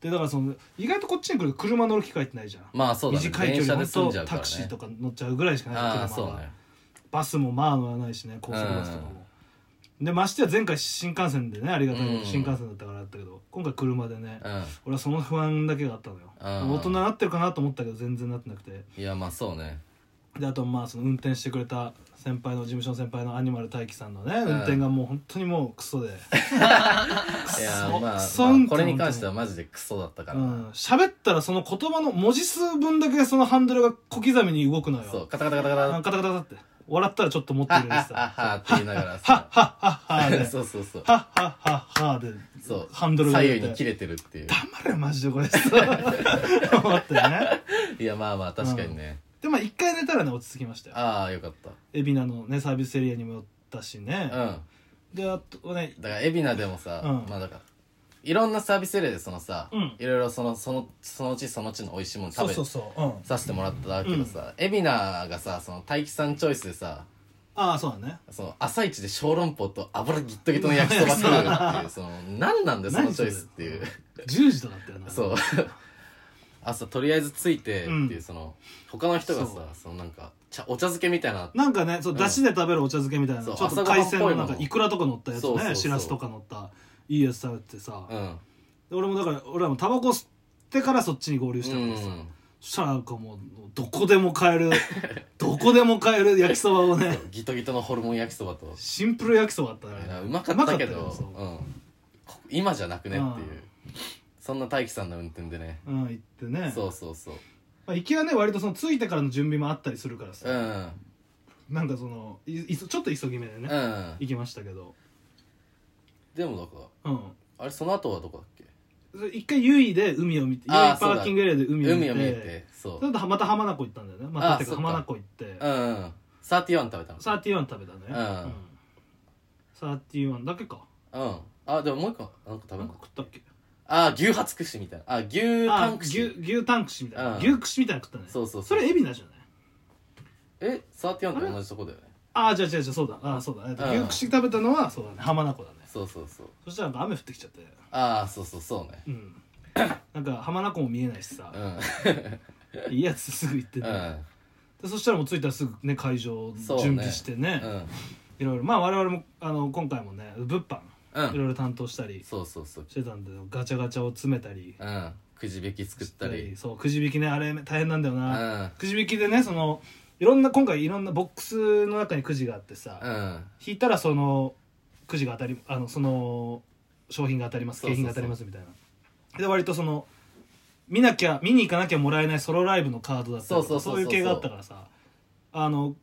Speaker 2: でだからその意外とこっちに来る車乗る機会ってないじゃん
Speaker 1: まあそうだね
Speaker 2: 短い距
Speaker 1: 電車
Speaker 2: 離
Speaker 1: で済んじゃうか
Speaker 2: 本当
Speaker 1: ら
Speaker 2: タ
Speaker 1: ね
Speaker 2: クシーとか乗っちゃうぐらいしかない
Speaker 1: ああ
Speaker 2: 車
Speaker 1: そ
Speaker 2: は
Speaker 1: うね
Speaker 2: バスもまあ乗らないしね高速バスとかも、でましてや前回新幹線でねありがたいこと
Speaker 1: うん
Speaker 2: 新幹線だったからだったけど今回車でね、
Speaker 1: うん
Speaker 2: 俺はその不安だけがあったのよ、
Speaker 1: うん
Speaker 2: 大人なってるかなと思ったけど全然なってなくて
Speaker 1: いやまあそうね
Speaker 2: であとまあその運転してくれた先輩の事務所の先輩のアニマル大輝さんのね運転がもう本当にもうクソでク
Speaker 1: いや
Speaker 2: ソ
Speaker 1: まあ
Speaker 2: クソ運
Speaker 1: まあ
Speaker 2: 転
Speaker 1: これに関してはマジでクソだったか
Speaker 2: う
Speaker 1: ら
Speaker 2: ん喋ったらその言葉の文字数分だけそのハンドルが小刻みに動くのよ
Speaker 1: そうカタカタカタカ
Speaker 2: あカタカタカタって笑ったらちょっと持って
Speaker 1: は
Speaker 2: る
Speaker 1: っ
Speaker 2: んで
Speaker 1: はっ
Speaker 2: さ
Speaker 1: はっ
Speaker 2: は
Speaker 1: はって言いながら
Speaker 2: っ
Speaker 1: さ
Speaker 2: はっはっはでは
Speaker 1: そうそうそう
Speaker 2: っはっはっは で
Speaker 1: そう
Speaker 2: ハンドルが
Speaker 1: 左右に切れてるっていう
Speaker 2: 黙れマジでこれ 思ってね
Speaker 1: いやまあまあ確かにね、
Speaker 2: でも一回寝たらね落ち着きましたよ
Speaker 1: ああよかっ
Speaker 2: 海老名のねサービスエリアにも寄ったしね
Speaker 1: たうん
Speaker 2: であとね
Speaker 1: だから海老名でもさ、
Speaker 2: うん
Speaker 1: まあだからいろんなサービスエリアでそのさ、
Speaker 2: うん
Speaker 1: いろいろそのそのそのうちそのうちの美味しいもの
Speaker 2: そ
Speaker 1: 食
Speaker 2: う
Speaker 1: べ
Speaker 2: そうそううん
Speaker 1: させてもらったけどさ海老名がさその大樹さんチョイスでさ
Speaker 2: ああそう だね
Speaker 1: その朝一で小籠包と油ギットギットの焼きそば食う っていうその何なんだよそのチョイスっていう
Speaker 2: 10時とかだったよな
Speaker 1: そう 朝とりあえずついてっていう、
Speaker 2: うん
Speaker 1: その他の人が
Speaker 2: そ
Speaker 1: さ
Speaker 2: う
Speaker 1: そのなんか茶お茶漬けみたいな
Speaker 2: なんかねそう
Speaker 1: うん
Speaker 2: だしで食べるお茶漬けみたいな、
Speaker 1: そう
Speaker 2: ちょっと海鮮のなん
Speaker 1: 朝ごはんっぽい
Speaker 2: か
Speaker 1: もの
Speaker 2: いくらとか乗ったやつ
Speaker 1: そうそうそ
Speaker 2: ね
Speaker 1: う
Speaker 2: しらすとか乗ったいいやつ食べてさ、
Speaker 1: うん
Speaker 2: で俺もだから俺らもタバコ吸ってからそっちに合流した
Speaker 1: う
Speaker 2: からさ、
Speaker 1: ん
Speaker 2: そしたらなんかもうどこでも買える どこでも買える焼きそばをね
Speaker 1: ギトギトのホルモン焼きそばと
Speaker 2: シンプル焼きそばだった
Speaker 1: いや
Speaker 2: ね
Speaker 1: うまかったけ
Speaker 2: うま
Speaker 1: ど
Speaker 2: かったよそう
Speaker 1: うん、こ今じゃなくねっていううそんな大樹さんの運転でね
Speaker 2: うん行ってね、
Speaker 1: そうそうそう
Speaker 2: まあ、行きはね割とその着いてからの準備もあったりするから
Speaker 1: う
Speaker 2: さ、
Speaker 1: ん
Speaker 2: なんかそのいいそちょっと急ぎ目でね、
Speaker 1: うん
Speaker 2: 行きましたけど
Speaker 1: でもだから
Speaker 2: うん
Speaker 1: あれその後はどこだっけ
Speaker 2: それ一回由比で海を見て由比
Speaker 1: あー
Speaker 2: パーキングエリアで海を
Speaker 1: 海
Speaker 2: 見て
Speaker 1: を見えてそ
Speaker 2: そうれとまた浜名湖行ったんだよねま
Speaker 1: あ
Speaker 2: たてか
Speaker 1: そっか
Speaker 2: 浜名湖行って
Speaker 1: うんうん31食べたの
Speaker 2: サーティワン食べたね
Speaker 1: うん
Speaker 2: サーティワンだけか
Speaker 1: うんあでももう一個なんか食べ
Speaker 2: な
Speaker 1: なんか
Speaker 2: か
Speaker 1: っ
Speaker 2: 食ったっけ
Speaker 1: たあ牛初串みたいなあ牛タ
Speaker 2: あ
Speaker 1: ン
Speaker 2: 牛
Speaker 1: 串
Speaker 2: 牛タン串みたいな
Speaker 1: うん
Speaker 2: 牛串みたいなの食ったね
Speaker 1: そうそう
Speaker 2: それ海老名じゃない
Speaker 1: えサーティワンと同じとこだよね
Speaker 2: ああじゃあじゃあじゃあそうだあーそうだえっと
Speaker 1: うん
Speaker 2: 牛串食べたのはそうだね浜名湖だね
Speaker 1: そうそうそう
Speaker 2: そしたらなんか雨降ってきちゃって
Speaker 1: ああそうそうそうね
Speaker 2: うん なんか浜名湖も見えないしさ
Speaker 1: うん
Speaker 2: いいやつすぐ行って
Speaker 1: う
Speaker 2: ね
Speaker 1: ん
Speaker 2: でそしたらもう着いたらすぐね会場
Speaker 1: そうね
Speaker 2: 準備してね
Speaker 1: うん
Speaker 2: いろいろまあ我々もあの今回もね物販
Speaker 1: う
Speaker 2: い
Speaker 1: ん
Speaker 2: ろいろ担当したり
Speaker 1: そうそうそう
Speaker 2: してたんでガチャガチャを詰めたり
Speaker 1: うんくじ引き作ったり
Speaker 2: そうくじ引きねあれ大変なんだよ
Speaker 1: うん
Speaker 2: な、くじ引きでねそのいろんな今回いろんなボックスの中にくじがあってさ、
Speaker 1: うん
Speaker 2: 引いたらそのくじが当たりあのその商品が当たります
Speaker 1: そうそ
Speaker 2: 景
Speaker 1: うそう
Speaker 2: 品が当たりますみたいなで割とその見なきゃ見に行かなきゃもらえないソロライブのカードだったり
Speaker 1: そう
Speaker 2: とか
Speaker 1: そうそうそう
Speaker 2: そういう系があったからさあの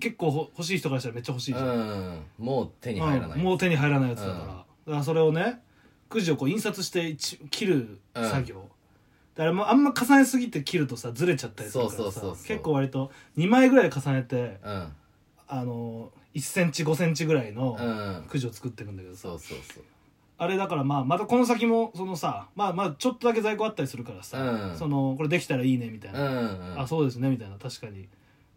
Speaker 2: 結構ほ欲しい人からしたらめっちゃ欲しいじゃん
Speaker 1: うんもう手に入らない、
Speaker 2: うんもう手に入らないやつだから,、
Speaker 1: うん
Speaker 2: だからそれをねくじをこう印刷して一切る作業、であれもあんま重ねすぎて切るとさずれちゃったりするからさ
Speaker 1: そうそうそうそう
Speaker 2: 結構割と2枚ぐらい重ねて
Speaker 1: うん
Speaker 2: あの1センチ5センチぐらいの
Speaker 1: うん
Speaker 2: くじを作っていくんだけどさ、
Speaker 1: そうそうそう
Speaker 2: あれだからまあまたこの先もそのさまあまあちょっとだけ在庫あったりするからさ、
Speaker 1: うん
Speaker 2: そのこれできたらいいねみたい
Speaker 1: うん
Speaker 2: な、
Speaker 1: うん
Speaker 2: あそうですねみたいな確かに、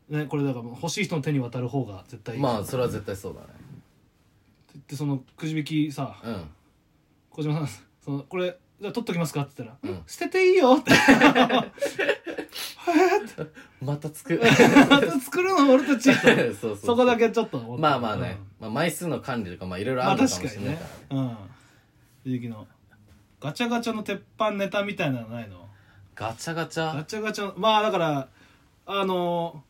Speaker 2: ね、これだからもう欲しい人の手に渡る方が絶対いい
Speaker 1: まあそれは絶対そうだ
Speaker 2: でそのくじ引きさ、
Speaker 1: ね
Speaker 2: 小島さんそのこれじゃあ取っときますかって言ったら、
Speaker 1: うん
Speaker 2: 捨てていいよって
Speaker 1: うんまたつく
Speaker 2: また作るの俺た ち
Speaker 1: そうそう
Speaker 2: そこだけちょっと思った
Speaker 1: まあまあね、まあ、枚数の管理とかまあいろい
Speaker 2: うん
Speaker 1: ろ
Speaker 2: ま
Speaker 1: あ
Speaker 2: あ
Speaker 1: るの
Speaker 2: 確
Speaker 1: かも
Speaker 2: か
Speaker 1: しれ
Speaker 2: に
Speaker 1: ない
Speaker 2: ね
Speaker 1: から、ね
Speaker 2: うんゆきのガチャガチャの鉄板ネタみたいなのないの
Speaker 1: ガチャガチ
Speaker 2: ガ
Speaker 1: ャ
Speaker 2: チャガチャまあだからあの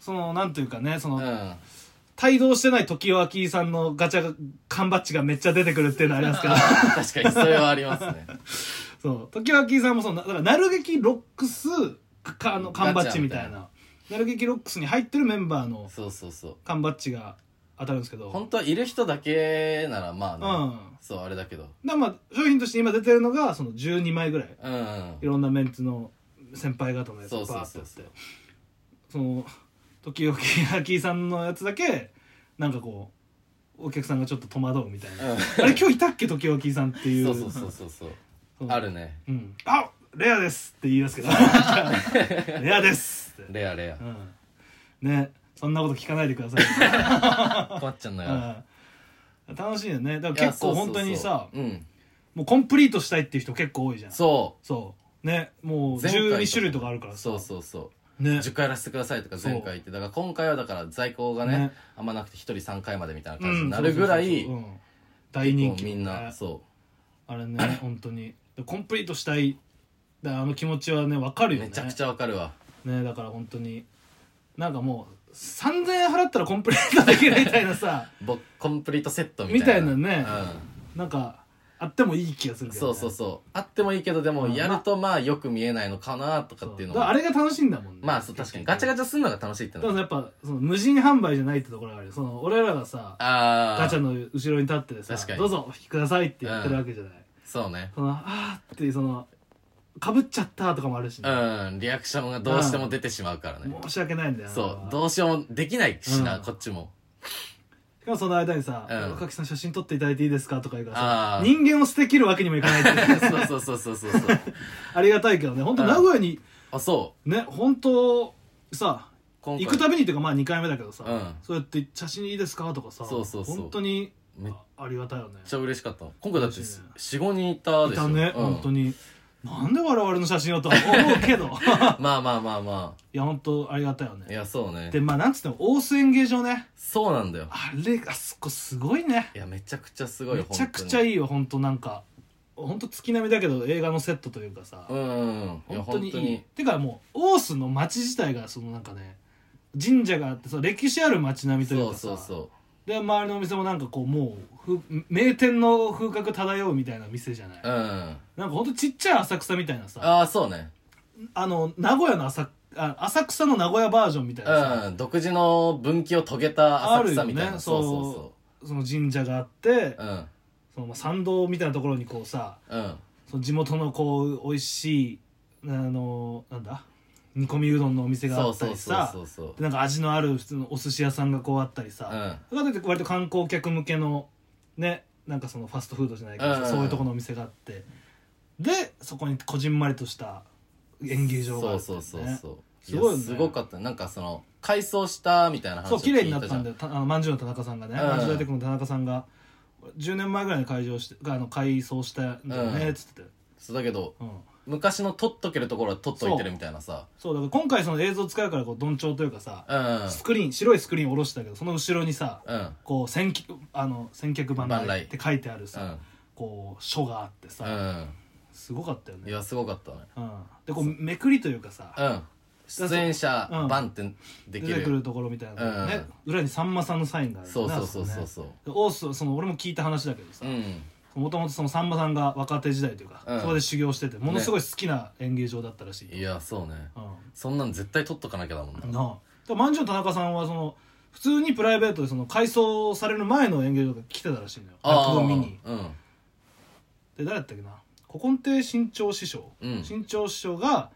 Speaker 2: そのなんというかねその、
Speaker 1: うん
Speaker 2: 帯同してない時を明さんのガチャが缶バッジがめっちゃ出てくるっていうのありますか ら
Speaker 1: あー確かにそれはありますね
Speaker 2: そう時はキさんもそうなだからなる劇ロックスかあの缶バッジみたい
Speaker 1: ガチャみたい
Speaker 2: ななる劇ロックスに入ってるメンバーの
Speaker 1: そうそうそう
Speaker 2: 缶バッジが当たるんですけど
Speaker 1: 本当はいる人だけならまあ
Speaker 2: うん
Speaker 1: ね
Speaker 2: だ、か
Speaker 1: そうあれだけど
Speaker 2: らまあ商品として今出てるのがその12枚ぐらい
Speaker 1: うんうん
Speaker 2: いろんなメンツの先輩方のやつ
Speaker 1: そう
Speaker 2: が
Speaker 1: そ
Speaker 2: バー
Speaker 1: う
Speaker 2: って
Speaker 1: そ
Speaker 2: や
Speaker 1: う
Speaker 2: っ
Speaker 1: そう
Speaker 2: てその時々キさんのやつだけなんかこうお客さんがちょっと戸惑うみたいな、
Speaker 1: うん
Speaker 2: あれ今日いたっけ時々さんっていう
Speaker 1: そうそうそうそうそう
Speaker 2: そう
Speaker 1: あるね
Speaker 2: うん、あレアですって言いま すけどレアですって、
Speaker 1: レアレ
Speaker 2: う
Speaker 1: ア
Speaker 2: ん、ねそんなこと聞かないでくださ
Speaker 1: 困っちゃうの
Speaker 2: い、
Speaker 1: よ、
Speaker 2: うん、楽しいよねだ
Speaker 1: い
Speaker 2: か
Speaker 1: や
Speaker 2: ら結構本当にさ
Speaker 1: そうそうそううん
Speaker 2: もうコンプリートしたいっていう人結構多いじゃん
Speaker 1: そ
Speaker 2: そうねもう
Speaker 1: 前回とか
Speaker 2: 12種類とかあるから
Speaker 1: う
Speaker 2: さ
Speaker 1: そうそうそう
Speaker 2: ね
Speaker 1: 10回やらせてくださいとか前回言ってだから今回はだから在庫がね
Speaker 2: ね
Speaker 1: あんまなくて1人3回までみたいな
Speaker 2: う
Speaker 1: 感じに
Speaker 2: ん
Speaker 1: なるぐらい
Speaker 2: そうそうそううん大人気、
Speaker 1: もうみんな
Speaker 2: ね
Speaker 1: そ
Speaker 2: あれね 本当にでコンプリートしたいだからあの気持ちはね分かる
Speaker 1: う
Speaker 2: よね
Speaker 1: めちゃくちゃわかるわ
Speaker 2: ねだから本当になんかもう3000円払ったらコンプリートできるみたいなさ
Speaker 1: 僕コンプリートセットみ
Speaker 2: み
Speaker 1: た
Speaker 2: た
Speaker 1: い
Speaker 2: い
Speaker 1: な
Speaker 2: なね
Speaker 1: うん
Speaker 2: なんかあってもいい気がするけど、
Speaker 1: そ
Speaker 2: ね、
Speaker 1: うそうそうあってもいいけどでも
Speaker 2: うん
Speaker 1: やるとまあよく見えないのかなとかっていうの
Speaker 2: そうだから
Speaker 1: も
Speaker 2: あれが楽しいんだもんね
Speaker 1: まあそう確かにガチャガチャするのが楽しいって
Speaker 2: だ
Speaker 1: のは
Speaker 2: からやっぱその無人販売じゃないってところがあるよその俺らがさ
Speaker 1: ああ
Speaker 2: ガチャの後ろに立っててさ
Speaker 1: 確かに
Speaker 2: どうぞお引きくださいってやってるわけじゃない、
Speaker 1: そうね
Speaker 2: そのあーってそのかぶっちゃったとかもあるしね、
Speaker 1: うんリアクションがどうしても出てしまうからね
Speaker 2: 申し訳ないんだよな
Speaker 1: そうどうしようもできないしな
Speaker 2: うん
Speaker 1: こっちも
Speaker 2: しかもその間にさ「
Speaker 1: うん
Speaker 2: おかきさん写真撮っていただいていいですか?」とか言うからさ
Speaker 1: あー
Speaker 2: 人間を捨てきるわけにもいかないって いう
Speaker 1: そうそうそうそうそうそう
Speaker 2: ありがたいけどね本当
Speaker 1: うん
Speaker 2: 名古屋に
Speaker 1: あそう
Speaker 2: ね本当さ
Speaker 1: 今
Speaker 2: 行くたびにっていうかまあ2回目だけどさ、
Speaker 1: うん
Speaker 2: そうやって「写真いいですか?」とかさ
Speaker 1: そうそうそう
Speaker 2: 本当に
Speaker 1: めっ
Speaker 2: ありがたいよね
Speaker 1: めっちゃ嬉しかったの今回だって
Speaker 2: 嬉しいね
Speaker 1: 45人いた
Speaker 2: い
Speaker 1: でしょ
Speaker 2: たね、
Speaker 1: うん
Speaker 2: 本当になんで我々の写真をとは思うけ どい
Speaker 1: まあまあまあま
Speaker 2: や本当ありがたいよ
Speaker 1: あい
Speaker 2: ね
Speaker 1: やそうね
Speaker 2: でまあなんつっても大須演芸場ね
Speaker 1: そうなんだよ
Speaker 2: あれあそこすごいね
Speaker 1: いやめちゃくちゃすごい
Speaker 2: め
Speaker 1: よ
Speaker 2: ちゃくちゃ
Speaker 1: 本
Speaker 2: いいよ本当なんか本当月並みだけど映画のセットというかさ、
Speaker 1: 当にうんうんうんいや
Speaker 2: 本当にい
Speaker 1: 本
Speaker 2: いてかもう大須の町自体がそのなんかね神社があってその歴史ある町並みとい
Speaker 1: そうう
Speaker 2: かさ
Speaker 1: そうそ
Speaker 2: で周りのお店もなんかこうもうふ名店の風格漂うみたいな店じゃない、
Speaker 1: ううんあ
Speaker 2: なんかほんとちっちゃい浅草みたいなさあ
Speaker 1: あーそうね
Speaker 2: の名古屋の浅あ浅草の名古屋バージョンみたいなさ、
Speaker 1: うん独自の分岐を遂げた浅草みたい
Speaker 2: あるよ
Speaker 1: な
Speaker 2: ね
Speaker 1: そうそうそ
Speaker 2: その神社があって
Speaker 1: ううん
Speaker 2: そのまあ参道みたいなところにこうさ
Speaker 1: うん
Speaker 2: その地元のこう美味しいあのなんだ煮込みうどんのお店があ
Speaker 1: そう
Speaker 2: った
Speaker 1: そう
Speaker 2: り
Speaker 1: そう
Speaker 2: さ
Speaker 1: そうそう
Speaker 2: でなんか味のある普通のお寿司屋さんがこうあったりさ、
Speaker 1: うん
Speaker 2: だからといって割と観光客向けのねなんかそのファストフードじゃないけどさ、
Speaker 1: うんうん
Speaker 2: そういうとこのお店があってでそこにこじんまりとした演芸場があ
Speaker 1: そう
Speaker 2: るってい
Speaker 1: そう
Speaker 2: ね
Speaker 1: そうそう
Speaker 2: すごいよ
Speaker 1: や
Speaker 2: ね
Speaker 1: すごかったなんかその改装したみたいな話
Speaker 2: そ
Speaker 1: を
Speaker 2: う綺麗になっ
Speaker 1: 聞いじ
Speaker 2: た
Speaker 1: ゃ
Speaker 2: んだよたあのまんじゅうの田中さんがね、
Speaker 1: うん
Speaker 2: まんじゅう大帝国の田中さんが10年前ぐらいに開場してあの改装したんだよね
Speaker 1: う
Speaker 2: っ
Speaker 1: ん
Speaker 2: つってて、
Speaker 1: そうだけど
Speaker 2: うん
Speaker 1: 昔の取っとけるところは取っといてるみたいなさ
Speaker 2: そうだから今回その映像使うからこうどんちょうというかさ、
Speaker 1: うん
Speaker 2: スクリーン白いスクリーン下ろしたけどその後ろにさ
Speaker 1: うんうん
Speaker 2: こう千客あの千客万
Speaker 1: 万来
Speaker 2: 来って書いてある
Speaker 1: う
Speaker 2: さ、
Speaker 1: ん
Speaker 2: こう書があってさ、すごかったよ
Speaker 1: うんい
Speaker 2: ね、
Speaker 1: やすごかったね
Speaker 2: うん、でこうめくりというかさ
Speaker 1: うん出演者
Speaker 2: うん
Speaker 1: バンってでき
Speaker 2: 出てく
Speaker 1: る
Speaker 2: るところみたいな、ね
Speaker 1: う
Speaker 2: 裏にさんまさんのサインがある
Speaker 1: そうそうそう
Speaker 2: ね
Speaker 1: そうそう
Speaker 2: でオースその俺も聞いた話だけどさ
Speaker 1: うん
Speaker 2: もともとそのさんまさんが若手時代というか、
Speaker 1: うん
Speaker 2: そこで修行しててものすごい好きな演芸場だったらしい、
Speaker 1: いやそうね
Speaker 2: うん
Speaker 1: そんなん絶対取っとかなきゃだもんな
Speaker 2: なあだまんじゅう田中さんはその普通にプライベートでその改装される前の演芸場が来てたらしいのよ
Speaker 1: あ
Speaker 2: 落
Speaker 1: あ
Speaker 2: 語見に
Speaker 1: うん
Speaker 2: で誰だったっけな古今亭新潮師匠、
Speaker 1: うん
Speaker 2: 新潮師匠が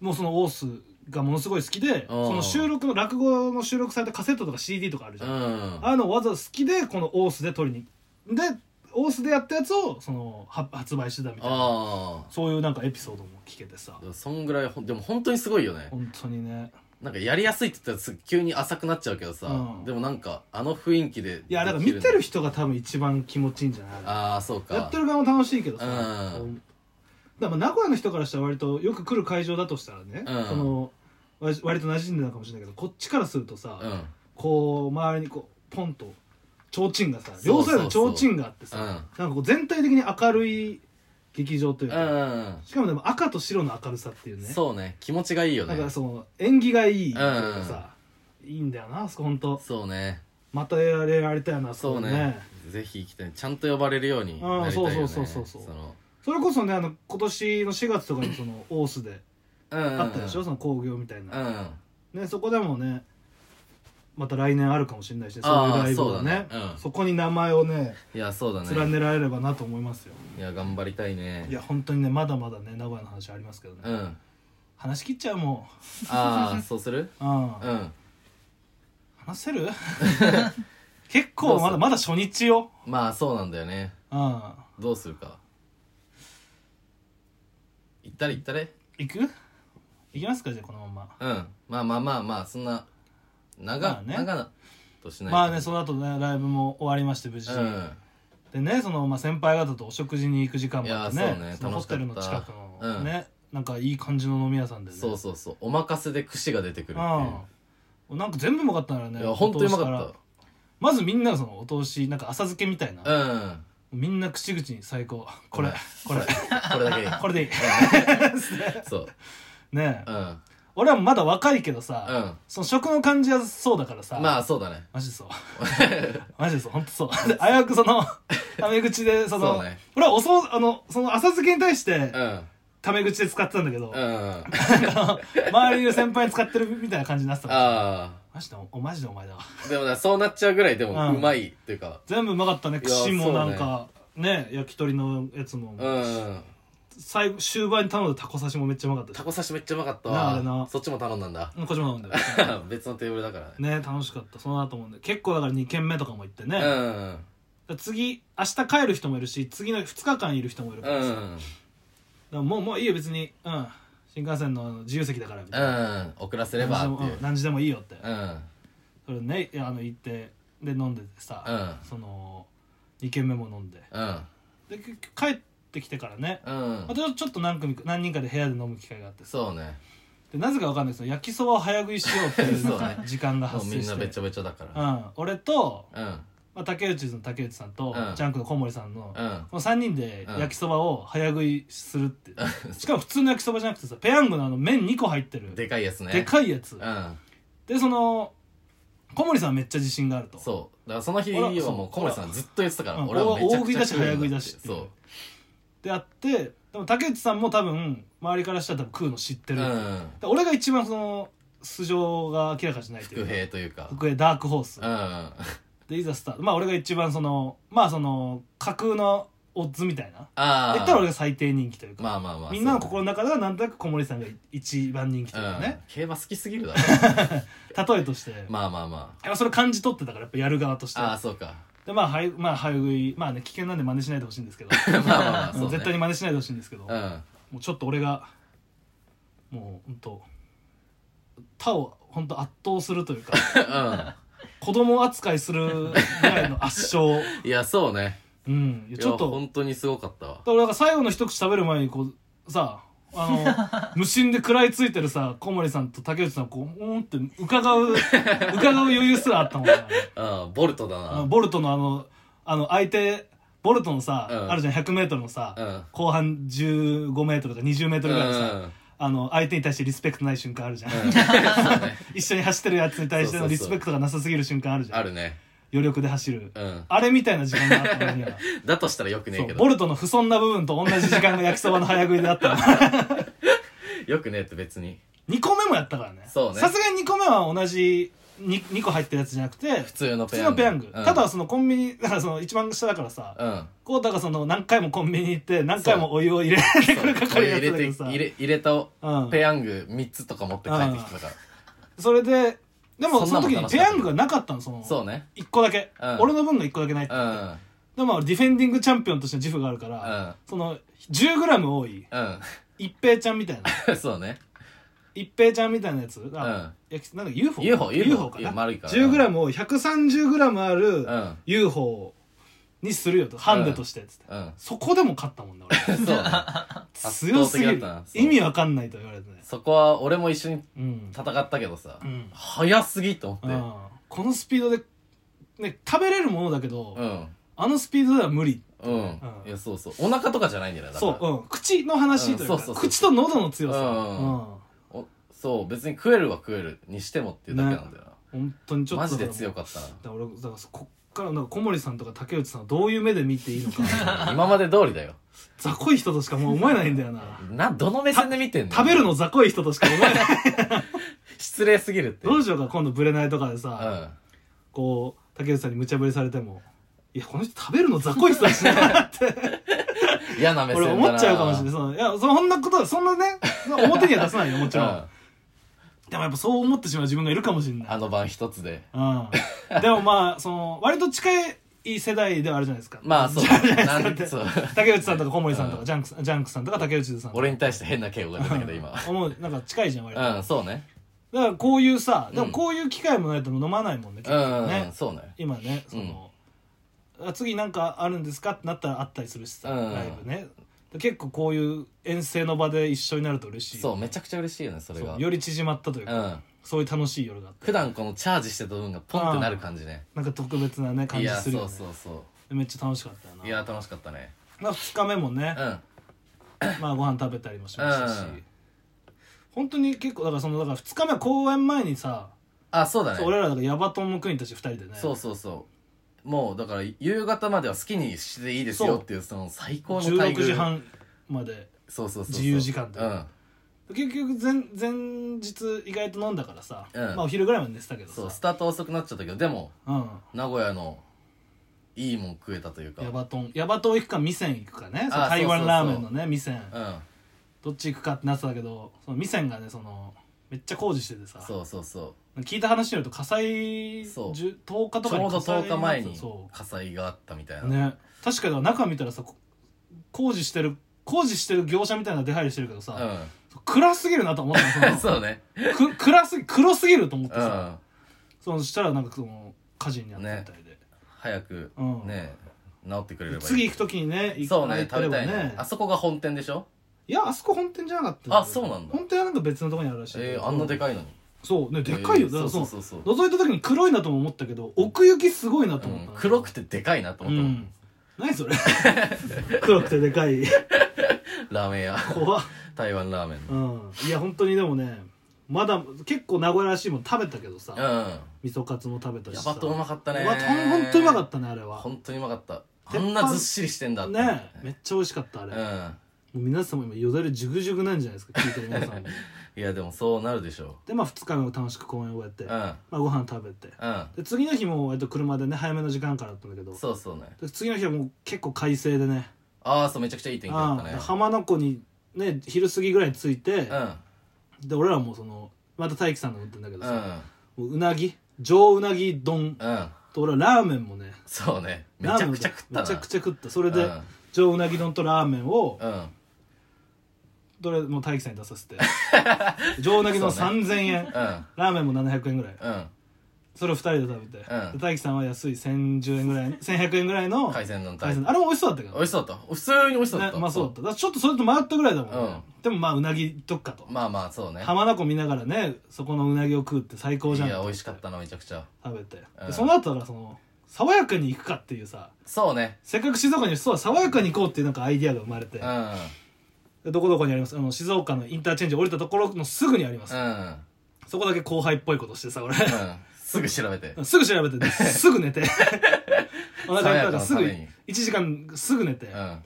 Speaker 2: もうそのオースがものすごい好きで
Speaker 1: あー
Speaker 2: その収録の落語の収録されたカセットとか CD とかあるじ
Speaker 1: う
Speaker 2: ゃん、
Speaker 1: ん
Speaker 2: ああいうのをわざわざ好きでこのオースで撮りにでオースでやったやつをそのは発売してたみたいな
Speaker 1: あ
Speaker 2: そういうなんかエピソードも聞けてさ
Speaker 1: あそんぐらいほんでも本当にすごいよね
Speaker 2: 本当にね
Speaker 1: なんかやりやすいって言ったらす急に浅くなっちゃうけどさ
Speaker 2: うん
Speaker 1: でもなんかあの雰囲気で
Speaker 2: いやだから見てる人が多分一番気持ちいいんじゃない
Speaker 1: ああそうか
Speaker 2: やってる側も楽しいけどさ、
Speaker 1: うん
Speaker 2: こうだからまあ名古屋の人からしたら割とよく来る会場だとしたらね、
Speaker 1: うん
Speaker 2: そのわし割と馴染んでたかもしれないけどこっちからするとさ、
Speaker 1: うんうん
Speaker 2: こう周りにこうポンと提灯がさ
Speaker 1: そうそうそ
Speaker 2: 両
Speaker 1: う
Speaker 2: サイドに提灯があってさなんかこう全体的に明るい劇場という
Speaker 1: う
Speaker 2: か、
Speaker 1: ん
Speaker 2: しかもでも赤と白の明るさっていうね
Speaker 1: そうね気持ちがいいよ
Speaker 2: だか
Speaker 1: ね
Speaker 2: らその縁起がいいというかさ、いいんだよなあそこほんと
Speaker 1: そうね
Speaker 2: またやれられたよなあそ
Speaker 1: そ
Speaker 2: こ
Speaker 1: う
Speaker 2: ね
Speaker 1: ねぜひ来てちゃんと呼ばれるようになりたいよ
Speaker 2: あ
Speaker 1: ね
Speaker 2: ーそうそうそうそうそう
Speaker 1: その
Speaker 2: それこそねあの今年の4月とかにそのオースで
Speaker 1: うん
Speaker 2: あったでしょ、その興行みたいな、
Speaker 1: うん
Speaker 2: ね、そこでもねまた来年あるかもしれないしねそういう
Speaker 1: ああ
Speaker 2: ライブをね
Speaker 1: そうだねうん
Speaker 2: こに名前をね
Speaker 1: いやそうだ
Speaker 2: 連
Speaker 1: ね
Speaker 2: ねられればなと思いますよ、
Speaker 1: いや頑張りたいね
Speaker 2: いや本当にねまだまだね名古屋の話ありますけどね、
Speaker 1: うん
Speaker 2: 話し切っちゃうも
Speaker 1: ああそうする
Speaker 2: う、うん
Speaker 1: うん
Speaker 2: 話 せる結構
Speaker 1: どう
Speaker 2: ま
Speaker 1: す
Speaker 2: だ
Speaker 1: る
Speaker 2: まだ初日よ、
Speaker 1: まあそうなんだよね
Speaker 2: うん、行
Speaker 1: どうするか行ったれ行ったれ
Speaker 2: く行きますかじゃあこのまま
Speaker 1: うんまあまあまあまあそんな長、
Speaker 2: まあね
Speaker 1: 長なとしない
Speaker 2: まあねその後ねライブも終わりまして無事、
Speaker 1: う
Speaker 2: でねその、まあ、先輩方とお食事に行く時間もあって
Speaker 1: い
Speaker 2: ね
Speaker 1: やそうね
Speaker 2: そのホ
Speaker 1: 楽しか
Speaker 2: テ
Speaker 1: った
Speaker 2: ルの近くの、
Speaker 1: うん
Speaker 2: ねなんかいい感じの飲み屋さんで
Speaker 1: ん
Speaker 2: ね
Speaker 1: そうそうそうお任せで串が出てくるって
Speaker 2: うん、なんか全部うまかったのよね
Speaker 1: いういや本当にうま
Speaker 2: お通し
Speaker 1: から
Speaker 2: まずみんながそのお通しなんか浅漬けみたいな
Speaker 1: っ、たうん
Speaker 2: みんな口々に最高これ
Speaker 1: うん
Speaker 2: これ
Speaker 1: これだけでいい
Speaker 2: これでいい
Speaker 1: そう
Speaker 2: ね
Speaker 1: うん
Speaker 2: 俺はまだ若いけどさ、
Speaker 1: うん
Speaker 2: その食の感じはそうだからさ、
Speaker 1: まあそうだね
Speaker 2: マジで そうマジでそう本当そうで危うくそのタメ口でその
Speaker 1: そうね
Speaker 2: 俺はおそうあのその浅漬けに対して
Speaker 1: うん
Speaker 2: タメ口で使ってたんだけ
Speaker 1: う
Speaker 2: ど、
Speaker 1: んあ
Speaker 2: 周りの先輩に使ってるみたいな感じになってたの
Speaker 1: あ
Speaker 2: マジでおおマジでお前だわ
Speaker 1: ーでもなそうなっちゃうぐらいでも
Speaker 2: うん
Speaker 1: うまいっていうか
Speaker 2: 全部うまかったね
Speaker 1: いや
Speaker 2: 串もなんかね焼き鳥のやつも、
Speaker 1: うん
Speaker 2: 最後終盤に頼んだタコ刺しもめっちゃうまかったし
Speaker 1: タコ刺しめっちゃうまかった
Speaker 2: なあれ
Speaker 1: わ
Speaker 2: な
Speaker 1: そっちも頼んだんだ
Speaker 2: うんこっちも頼んだよ
Speaker 1: 別のテーブルだからね
Speaker 2: ね楽しかったその後もね結構だから2軒目とかも行ってね、だか
Speaker 1: うん
Speaker 2: ら次明日帰る人もいるし次の2日間いる人もいるから
Speaker 1: う
Speaker 2: さ、だか
Speaker 1: ん
Speaker 2: らもうもういいよ別に、うん、新幹線のあの自由席だからみた
Speaker 1: う
Speaker 2: いな、
Speaker 1: ん遅らせれば
Speaker 2: 何時で
Speaker 1: っ
Speaker 2: も
Speaker 1: ていう
Speaker 2: うん何時でもいいよって、
Speaker 1: うん
Speaker 2: それでねいやあの行ってで飲んでてさ、
Speaker 1: うん
Speaker 2: その2軒目も飲んで
Speaker 1: うん
Speaker 2: で結局帰ってきてからね、
Speaker 1: うん
Speaker 2: あとちょっと何組か何人かで部屋で飲む機会があってさ
Speaker 1: そうね
Speaker 2: でなぜかわかんないですよ焼きそばを早食いしようっていうな ん
Speaker 1: そう
Speaker 2: か
Speaker 1: ね
Speaker 2: 時間が
Speaker 1: もう
Speaker 2: 発
Speaker 1: み
Speaker 2: 生
Speaker 1: んな
Speaker 2: して
Speaker 1: べちょべちょだか
Speaker 2: う
Speaker 1: ら
Speaker 2: ん、俺と、
Speaker 1: うん
Speaker 2: まあ、竹内の竹内さんと、
Speaker 1: うん
Speaker 2: ジャンクの小森さんの、
Speaker 1: う
Speaker 2: こ
Speaker 1: ん
Speaker 2: の3人で
Speaker 1: うん
Speaker 2: 焼きそばを早食いするって、しかも普通の焼きそばじゃなくてさペヤングのあの麺2個入ってる
Speaker 1: でかいやつね
Speaker 2: でかいやつ、
Speaker 1: うん
Speaker 2: でその小森さんはめっちゃ自信があると
Speaker 1: そうだからその日
Speaker 2: 俺は
Speaker 1: はもう小森さんずっと言ってたから
Speaker 2: うん
Speaker 1: 俺はめちゃくちゃ
Speaker 2: 大食いだし早食いだしっていう
Speaker 1: そう
Speaker 2: であってでも竹内さんも多分周りからしたら多分食うの知って
Speaker 1: う
Speaker 2: る、で
Speaker 1: ん
Speaker 2: 俺が一番その素性が明らかじゃないとい
Speaker 1: 伏
Speaker 2: うか
Speaker 1: 兵というか
Speaker 2: 福江ダークホース、
Speaker 1: うん
Speaker 2: でいざスタートまあ俺が一番そのまあその架空のオッズみたいな
Speaker 1: ああ
Speaker 2: 言ったら俺が最低人気というか、
Speaker 1: まあまあまあ
Speaker 2: みんなの心の中ではなんとなく小森さんが一番人気というか
Speaker 1: ね
Speaker 2: ね、
Speaker 1: 競馬好きすぎるだろ
Speaker 2: 例えとして、
Speaker 1: まあまあま
Speaker 2: やっぱそれ感じ取ってたからやっぱやる側とし
Speaker 1: あ
Speaker 2: て
Speaker 1: ああそうか
Speaker 2: でまあはいまあ早食いまあね危険なんで真似しないでほしいんですけど
Speaker 1: まあまあまあそうね
Speaker 2: 絶対に真似しないでほしいんですけど、
Speaker 1: う
Speaker 2: も
Speaker 1: ん
Speaker 2: うちょっと俺がもうほんと他をほんと圧倒するとい うか子供扱いするぐらいの圧勝
Speaker 1: うんいやそうね
Speaker 2: うんいやちょっ
Speaker 1: いや
Speaker 2: と
Speaker 1: 本当にすごかったわ
Speaker 2: だからなんか最後の一口食べる前にこうさ あの無心で食らいついてるさ小森さんと竹内さんをこううんって 伺う伺う余裕すらあったもんね
Speaker 1: うんボルトだ
Speaker 2: あの
Speaker 1: な
Speaker 2: ボルトのあのあの相手ボルトのさ、
Speaker 1: うん
Speaker 2: あるじゃん 100m のさ、
Speaker 1: うん
Speaker 2: 後半 15m とか 20m ぐらいのさ、
Speaker 1: うん
Speaker 2: あの相手に対してリスペクトない瞬間あるじゃん、
Speaker 1: うん そうね
Speaker 2: 一緒に走ってるやつに対しての
Speaker 1: そうそ
Speaker 2: リ
Speaker 1: うそう
Speaker 2: スペクトがなさすぎる瞬間あるじゃん
Speaker 1: あるね
Speaker 2: 余力で走る、
Speaker 1: うん
Speaker 2: あれみたいな時間があったのに は
Speaker 1: だとしたらよくね
Speaker 2: そ
Speaker 1: えけ
Speaker 2: う
Speaker 1: ど
Speaker 2: ボルトの不損な部分と同じ時間が焼きそばの早食いであったの
Speaker 1: よくねえって別に
Speaker 2: 2個目もやったからね
Speaker 1: そうね
Speaker 2: さすがに2個目は同じ 2, 2個入ったやつじゃなくて
Speaker 1: 普通の
Speaker 2: 普
Speaker 1: ペ
Speaker 2: 通
Speaker 1: ヤン
Speaker 2: の
Speaker 1: グ
Speaker 2: ペヤング、
Speaker 1: うん
Speaker 2: ただそのコンビニだからその一番下だからさ、
Speaker 1: うん
Speaker 2: こうだからその何回もコンビニ行って何回もお湯を入れてくるか
Speaker 1: こ
Speaker 2: かる
Speaker 1: れ
Speaker 2: や
Speaker 1: 入
Speaker 2: つ
Speaker 1: れ
Speaker 2: だ
Speaker 1: て
Speaker 2: けどさ
Speaker 1: 入れ入れた
Speaker 2: うん
Speaker 1: ペヤング3つとか持って帰ってきてたから
Speaker 2: それででもそ
Speaker 1: そんなもん
Speaker 2: の時に
Speaker 1: 楽し
Speaker 2: ペ
Speaker 1: かった
Speaker 2: ヤングがなかったのその
Speaker 1: そうね
Speaker 2: 1個だけ、
Speaker 1: うん
Speaker 2: 俺の分が1個だけないって
Speaker 1: うんうん
Speaker 2: でもディフェンディングチャンピオンとしての自負があるから、その 10g 多い一平ちゃんみたいな
Speaker 1: うん そうね
Speaker 2: 一平ちゃんみたいなやつ、あやきなんか UFO?
Speaker 1: UFO
Speaker 2: UFO か
Speaker 1: いや
Speaker 2: な
Speaker 1: 丸いから
Speaker 2: 10g を 130g ある、
Speaker 1: うん
Speaker 2: UFO にするよとハンデとしてっつって、
Speaker 1: うん
Speaker 2: そこでも勝ったもんね俺
Speaker 1: そうね
Speaker 2: 強すぎ
Speaker 1: 圧倒的
Speaker 2: る
Speaker 1: だったなそう
Speaker 2: 意味わかんないと言われてね
Speaker 1: そこは俺も一緒に
Speaker 2: うん、
Speaker 1: 戦ったけどさ
Speaker 2: うん
Speaker 1: 早すぎと思っ
Speaker 2: うんこのスピードで、ね、食べれるものだけど、
Speaker 1: てうん
Speaker 2: あのスピードでは無理
Speaker 1: うんいやそうそうお腹とかじゃないんじゃないだか
Speaker 2: そ
Speaker 1: ら
Speaker 2: う、うん、口の話というか、
Speaker 1: うんそうそうそう
Speaker 2: 口と喉の強さ、
Speaker 1: うんおそう別に食えるは食えるにしてもっていうだけなんだよ
Speaker 2: 本当にち
Speaker 1: な
Speaker 2: ょっと
Speaker 1: マジで強かった
Speaker 2: だから俺だからこっからなんか小森さんとか竹内さんはどういう目で見ていい のか
Speaker 1: な今まで通りだよ
Speaker 2: 雑魚い人としかもう思えないんだよな
Speaker 1: などの目線で見てんの
Speaker 2: 食べるの雑魚い人としか思えない
Speaker 1: 失礼すぎるって
Speaker 2: ど
Speaker 1: う
Speaker 2: うんしようか今度ブレないとかでさ、こう竹内さんに無茶ぶりされてもいやこの人食べるの雑魚い人だしなって
Speaker 1: 嫌な目線
Speaker 2: 俺
Speaker 1: だな
Speaker 2: 思っちゃうかもしれないそのいやそんなことそんなね表には出さないよもちろん、でもやっぱそう思ってしまう自分がいるかもしれ
Speaker 1: うん
Speaker 2: な
Speaker 1: あ
Speaker 2: い、
Speaker 1: の晩一つで
Speaker 2: うん、でもまあその割と近い世代ではある じゃないですか
Speaker 1: まあそうなんでそう
Speaker 2: 竹内さんとか小森さんと
Speaker 1: う
Speaker 2: かジャンクさんジャンクさんとか竹内さんとか
Speaker 1: 俺に対して変な敬語が出たけど今
Speaker 2: 思うなんか近いじゃん割と、
Speaker 1: うんそうね
Speaker 2: だからこういうさで
Speaker 1: う
Speaker 2: も
Speaker 1: ん
Speaker 2: こういう機会もないと飲まないもんね結
Speaker 1: う
Speaker 2: 構
Speaker 1: ん、
Speaker 2: ね、
Speaker 1: そうね
Speaker 2: 今ねその、あ次なんかあるんですかってなったらあったりするしさ、
Speaker 1: うん
Speaker 2: ライブねで結構こういう遠征の場で一緒になると嬉しい
Speaker 1: そうめちゃくちゃ嬉しいよねそれが
Speaker 2: そうより縮まったというか、
Speaker 1: うん
Speaker 2: そういう楽しい夜があって
Speaker 1: 普段このチャージしてた分がポンってなる感じね
Speaker 2: なんか特別なね感
Speaker 1: い
Speaker 2: じ
Speaker 1: や
Speaker 2: するよ、
Speaker 1: そ
Speaker 2: ね
Speaker 1: う、そうそ
Speaker 2: めっちゃ楽しかったよな
Speaker 1: ういや楽しかったね
Speaker 2: まあ2日目もね
Speaker 1: う、ん
Speaker 2: まあご飯食べたりもしましたし、
Speaker 1: うん
Speaker 2: 本当に結構だからそのだから2日目は公演前にさ、
Speaker 1: あそうだね
Speaker 2: そう俺らだからヤバトンムクインたち2人でね
Speaker 1: そうそうそうもうだから夕方までは好きにしていいですよっていうその最高の待遇
Speaker 2: 16時半まで
Speaker 1: そうそうそうそう
Speaker 2: 自由時間で
Speaker 1: うん
Speaker 2: 結局前前日意外と飲んだからさ、
Speaker 1: うん
Speaker 2: まあ、お昼ぐらいまで寝てたけどさ
Speaker 1: そうスタート遅くなっちゃったけどでも
Speaker 2: うん
Speaker 1: 名古屋のいいもん食えたというか
Speaker 2: ヤバトンヤバトン行くか店行くかねその
Speaker 1: あ
Speaker 2: 台
Speaker 1: そ
Speaker 2: 湾
Speaker 1: うそう
Speaker 2: ラ
Speaker 1: そう
Speaker 2: ーメンのね店
Speaker 1: うん
Speaker 2: どっち行くかってなってたけどその店がねそのめっちゃ工事しててさ
Speaker 1: そうそうそう
Speaker 2: 聞いた話によると火災
Speaker 1: そう
Speaker 2: 10 10日と
Speaker 1: ち
Speaker 2: かに
Speaker 1: ょうど
Speaker 2: 火災
Speaker 1: 10日前に
Speaker 2: そ
Speaker 1: 火災があったみたいうな、
Speaker 2: ね確かに中見たらさこ工事してる工事してる業者みたいなの出入りしてるけど
Speaker 1: う
Speaker 2: さ、
Speaker 1: ん
Speaker 2: 暗すぎるなと思ったのその
Speaker 1: そうね
Speaker 2: く暗すぎ黒すぎると思って
Speaker 1: う
Speaker 2: さ、
Speaker 1: ん
Speaker 2: そのしたらなんかその火事になったみたいで、
Speaker 1: 早く
Speaker 2: うん
Speaker 1: ね治ってくれればいい
Speaker 2: 次行く時にね行
Speaker 1: そう
Speaker 2: かな
Speaker 1: ね
Speaker 2: いと
Speaker 1: 食べたい
Speaker 2: ね
Speaker 1: ねあそこが本店でしょ
Speaker 2: いやあそこ本店じゃなかったんだよ
Speaker 1: あそうなんだ
Speaker 2: 本店はなんか別のとこにあるらしい
Speaker 1: えー、あんなでかいのに
Speaker 2: そうねでっかいよ、
Speaker 1: えー
Speaker 2: だか
Speaker 1: そ
Speaker 2: ら
Speaker 1: う
Speaker 2: そ
Speaker 1: そう
Speaker 2: の
Speaker 1: そうそう
Speaker 2: 覗いた時に黒いなとも思ったけど奥行きすごいなと思った
Speaker 1: う
Speaker 2: の、
Speaker 1: ん黒くてでかいなと
Speaker 2: う
Speaker 1: 思ったもん、
Speaker 2: ん何それ 黒くてでかい
Speaker 1: ラーメン屋
Speaker 2: 怖っ
Speaker 1: 台湾ラーメンの
Speaker 2: うんいや本当にでもねまだ結構名古屋らしいもの食べたけどさ、
Speaker 1: うん
Speaker 2: 味噌カツも食べたし
Speaker 1: ヤ
Speaker 2: さ
Speaker 1: バトンうまかったね
Speaker 2: ヤバトン本当にうまかったねあれは
Speaker 1: 本当にうまかったあ
Speaker 2: 鉄板
Speaker 1: んなずっしりしてんだって
Speaker 2: ねめっちゃ美味しかったあれ、も
Speaker 1: う
Speaker 2: う皆さんも今よだれジュグジュグなんじゃないですか聞いてる皆さんも
Speaker 1: んいやでもそうなるでしょ
Speaker 2: でまあ2日目も楽しく公演をやって、
Speaker 1: ううん
Speaker 2: まあ、ご飯食べて
Speaker 1: う
Speaker 2: で次の日も割と車でね早めの時間からだったんだけど
Speaker 1: んそうそうね
Speaker 2: で次の日はもう結構快晴でね
Speaker 1: ああそうめちゃくちゃいい天気だ
Speaker 2: あ
Speaker 1: った
Speaker 2: あ
Speaker 1: ね
Speaker 2: で浜名湖にね昼過ぎぐらいに着いて、で俺らもそのまた大樹さんの運転だけど
Speaker 1: う
Speaker 2: さ、
Speaker 1: ん
Speaker 2: もううなぎ上うなぎ丼
Speaker 1: うんうん
Speaker 2: と俺はラーメンもね
Speaker 1: そうねめ
Speaker 2: ラー
Speaker 1: ち
Speaker 2: メ
Speaker 1: ゃ
Speaker 2: ンも
Speaker 1: くちゃ食ったな
Speaker 2: めちゃくちゃ食ったそれで、
Speaker 1: うん
Speaker 2: 上うなぎ丼とラーメンを
Speaker 1: うん
Speaker 2: どれも大樹さんに出 させて上うなぎ丼
Speaker 1: そう
Speaker 2: 3000円、
Speaker 1: うん
Speaker 2: ラーメンも700円ぐらい
Speaker 1: うん
Speaker 2: それを2人で食べて、
Speaker 1: うん
Speaker 2: で大樹さんは安い1010円 ぐらい1100円ぐらいの
Speaker 1: 海鮮の
Speaker 2: 海
Speaker 1: 大
Speaker 2: 鮮あれも美味しそうだったけど
Speaker 1: 美味しそうだった普通に美味しそうだった
Speaker 2: ねまあそうだっただからちょっとそれと迷ったぐらいだもんね、でもまあうなぎどっかと
Speaker 1: まあまあそうね
Speaker 2: 浜名湖見ながらねそこのうなぎを食うって最高
Speaker 1: い
Speaker 2: じゃん
Speaker 1: や美味しかったなめちゃくちゃ
Speaker 2: 食べて、で
Speaker 1: うん
Speaker 2: その後だからその爽やかに行くかっていうさ
Speaker 1: そうね
Speaker 2: せっかく静岡にいるしそう爽やかに行こうっていうなんかアイディアが生まれて、
Speaker 1: うんうん
Speaker 2: でどこどこにありますあの静岡のインターチェンジ降りたところのすぐにあります、
Speaker 1: うん
Speaker 2: そこだけ後輩っぽいことしてさ俺、
Speaker 1: すぐ調べて
Speaker 2: すぐ 調べて、すぐ寝てお腹いっぱいだからすぐ
Speaker 1: 爽やかのために
Speaker 2: 1時間すぐ寝て、
Speaker 1: うん